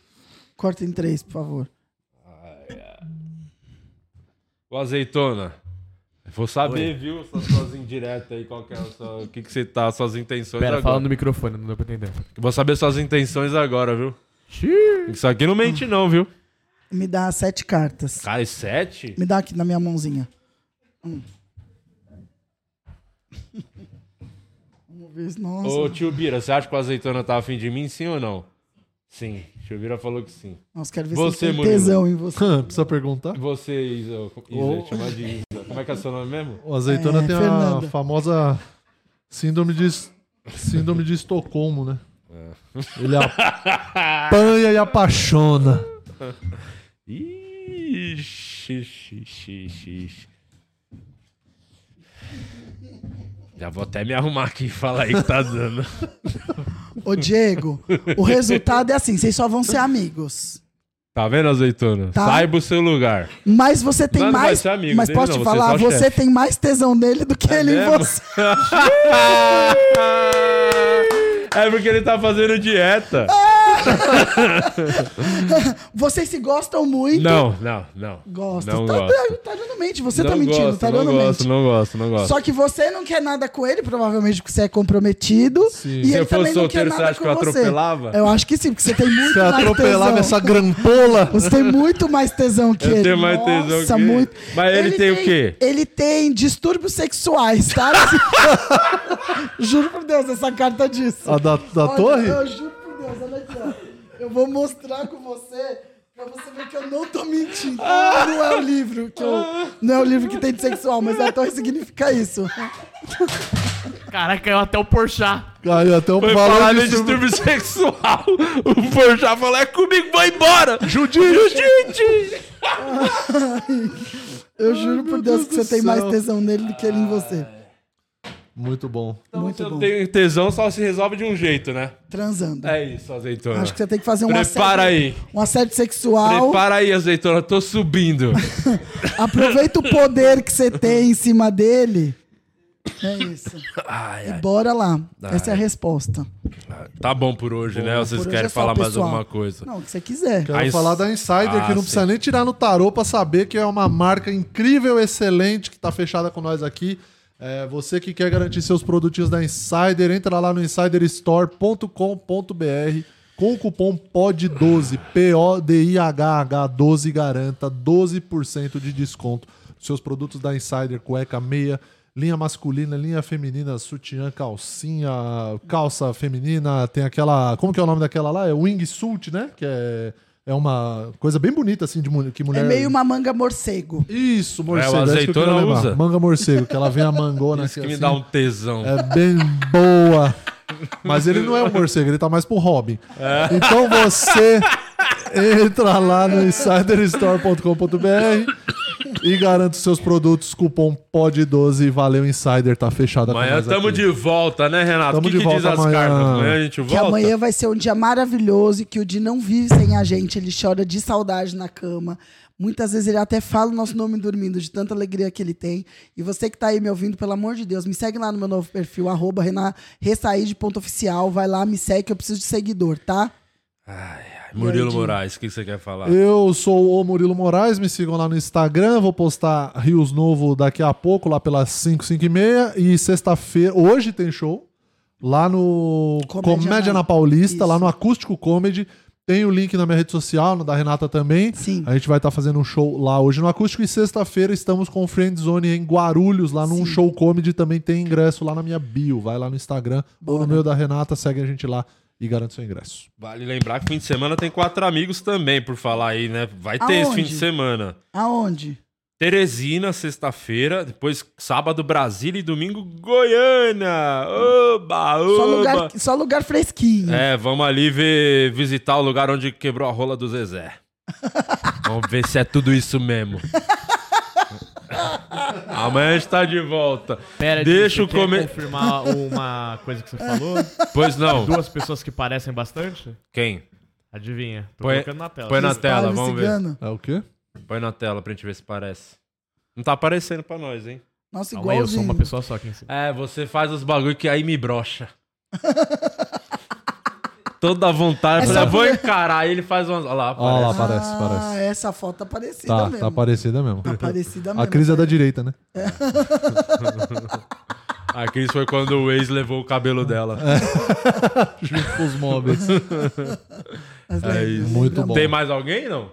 [laughs] Corta em três, por favor. Ô azeitona. Vou saber, viu? Essas suas indiretas aí, qual que é a sua- o que, que você tá, suas intenções Pera, agora. fala no microfone, não deu pra entender. Vou saber suas intenções agora, viu? Isso aqui não mente, não, viu? Me dá sete cartas. Cara, é sete? Me dá aqui na minha mãozinha. Hum. [laughs] Vamos ver. Nossa. Ô, tio Bira, você acha que o azeitona tá afim de mim, sim ou não? Sim. Tio Bira falou que sim. Nossa, quero ver você, se ele tem Murilo. tesão em você. Precisa perguntar? Você, Isa, Isa, Ô. chama de Isa. Como é que é seu nome mesmo? O azeitona É, tem Fernanda. a famosa síndrome de, síndrome de Estocolmo, né? É. Ele apanha e apaixona. Ixi, ixi, ixi, ixi. Já vou até me arrumar aqui e falar aí que tá dando. Ô, Diego, [laughs] o resultado é assim: vocês só vão ser amigos. Tá vendo, azeitona? Tá. Saiba o seu [laughs] lugar. Mas você tem Não, não vai mais. ser amigo mas dele, posso não, te você é só falar, você chefe. tem mais tesão nele do que ele em mesmo? você. É porque ele tá fazendo dieta. Ah, Vocês se gostam muito. Não, não, não. então Gosta. Não tá, gosto. tá- tá dando mente, você não tá mentindo, gosto, tá não dando gosto, mente. não gosto, não gosto. Só que você não quer nada com ele, provavelmente porque você é comprometido. E Se ele eu também fosse não quer solteiro, você nada acha com que eu você. atropelava? Eu acho que sim, [laughs] porque você tem muito Você mais atropelava tesão. essa grampola. Você tem muito mais tesão que Eu ele. tenho mais tesão Nossa, que ele. muito. Mas ele tem o quê? Ele tem distúrbios sexuais, tá? [laughs] juro por Deus, essa carta disse. A da, da Olha, torre? Eu juro por Deus, olha aqui, ó. Eu vou mostrar com você pra você ver que eu não tô mentindo. Não é o livro que eu, não é o livro que tem de sexual, mas a torre significa isso. Caraca, caiu até o Porchat. Caiu até o Foi valor falar de de distúrbio [laughs] sexual. O Porchat falou, é comigo, vai embora. Judite. Judite. Eu juro por Deus Deus, que do você tem mais céu. tesão nele do que ele em você. Muito bom. Se eu tenho Então, tesão, só se resolve de um jeito, né? Transando. É isso, azeitona. Hum. Acho que você tem que fazer um Prepara assédio, aí. um assédio sexual. Prepara aí, azeitona, tô subindo. [laughs] Aproveita o poder que [laughs] você tem em cima dele. É isso. Ai, E ai. bora lá. Essa é a resposta. Tá bom por hoje, né? Ou Por Vocês hoje querem é só, falar mais pessoal. alguma coisa? Não, o que você quiser. Quero Aí- falar da Insider, Ah, que não sim. precisa nem tirar no tarô pra saber que é uma marca incrível, excelente, que tá fechada com nós aqui. É, você que quer garantir seus produtinhos da Insider, entra lá no insiderstore.com.br com o cupom POD12, P-O-D-I-H-H-12, garanta 12% de desconto. Seus produtos da Insider, cueca, meia, linha masculina, linha feminina, sutiã, calcinha, calça feminina, tem aquela... Como que é o nome daquela lá? É wingsuit, né? Que é... É uma coisa bem bonita, assim, de mu- que mulher. É meio uma manga morcego. Isso, morcego. É, o é isso que eu quero azeitona lembrar. usa. Manga morcego, que ela vem a mangona. Isso que me assim, dá um tesão. É bem boa. Mas ele não é um morcego, ele tá mais pro Robin. É. Então você entra lá no insiderstore.com.br e garanta os seus produtos. Cupom POD12. Valeu, Insider. Tá fechada com Amanhã nós tamo aqui. de volta, né, Renato? O Tamo que, de que diz volta as amanhã. cartas? Amanhã a gente Que volta? amanhã vai ser um dia maravilhoso e que o Di não vive sem a gente. Ele chora de saudade na cama. Muitas vezes ele até fala o nosso nome dormindo, de tanta alegria que ele tem. E você que tá aí me ouvindo, pelo amor de Deus, me segue lá no meu novo perfil, arroba rena- ressaíde.oficial. Vai lá, me segue, que eu preciso de seguidor, tá? Murilo é Dinho? Moraes, o que você quer falar? Eu sou o Murilo Moraes, me sigam lá no Instagram, vou postar Rios Novo daqui a pouco, lá pelas 5, 5 e meia. E sexta-feira, hoje tem show, lá no Comédia Comédia, na- na Paulista, Isso. lá no Acústico Comedy. Tem o link na minha rede social, no da Renata também. Sim. A gente vai estar fazendo um show lá hoje no Acústico. E sexta-feira estamos com o Friend Zone em Guarulhos, lá num Sim. show comedy. Também tem ingresso lá na minha bio. Vai lá no Instagram ou no meu da Renata, segue a gente lá e garante seu ingresso. Vale lembrar que fim de semana tem quatro amigos também, por falar aí, né? Vai ter esse Aonde? fim de semana. Aonde? Teresina, sexta-feira, depois sábado Brasília e domingo Goiânia. Oba, oba. Só lugar, só lugar fresquinho. É, vamos ali ver, visitar o lugar onde quebrou a rola do [laughs] Zezé. vamos ver se é tudo isso mesmo. Amanhã a gente tá de volta. Pera, Deixa o Dinho, você quer come- Ah, oh. confirmar uma coisa que você falou? Pois não. Duas pessoas que parecem bastante? Quem? Adivinha? Tô Põe- colocando na tela. põe na- Espalho tela, vamos ver. cigano. É o quê? Põe na tela pra gente ver se parece. Não tá aparecendo pra nós, hein? Nossa, Calma aí, eu sou igualzinho. uma pessoa só aqui em cima. É, você faz os bagulho que aí me brocha. [laughs] Toda vontade. É Eu falei, só "Ah, vou por- encarar. Aí ele faz umas. Olha lá, Olha lá, aparece. parece, ah, parece. essa foto tá parecida Tá, mesmo. tá parecida mesmo. Tá parecida mesmo. A crise é da direita, né? Aqui isso foi quando o ex levou o cabelo dela. É Junto com [laughs] os móveis. Mas É lembra, isso. Muito lembra bom. Tem mais alguém, não?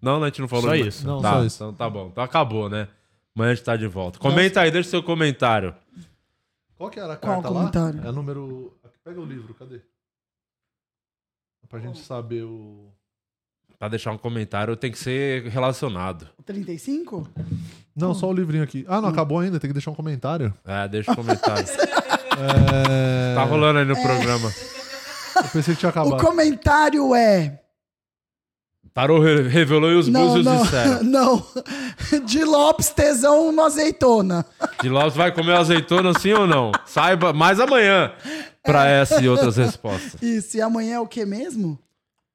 Não, né, a gente não falou Só de- isso. Não, tá, só isso. Então tá bom. Então acabou, né? Amanhã a gente tá de volta. Comenta aí, deixa seu comentário. Qual que era a Qual carta lá? comentário? É número. Pega o livro, cadê? Pra gente saber o. Pra deixar um comentário, tem que ser relacionado. 35? Não, só o livrinho aqui. Ah, não Hum. acabou ainda, tem que deixar um comentário. É, deixa o [laughs] comentário. É... Tá rolando aí no programa. Eu pensei que tinha Tá O acabado. comentário é. Tarô re- revelou e os Não, búzios não, [laughs] disseram. não. De Lopes, tesão, uma azeitona. De Lopes vai comer azeitona sim ou não? Saiba mais amanhã pra É. essa e outras respostas. Isso, e amanhã é o que mesmo?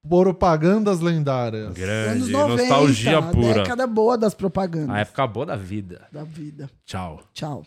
Propagandas lendárias. Grande, É nostalgia a pura. Ah, é década boa né? das propagandas A época boa da vida. da vida. Tchau. Tchau.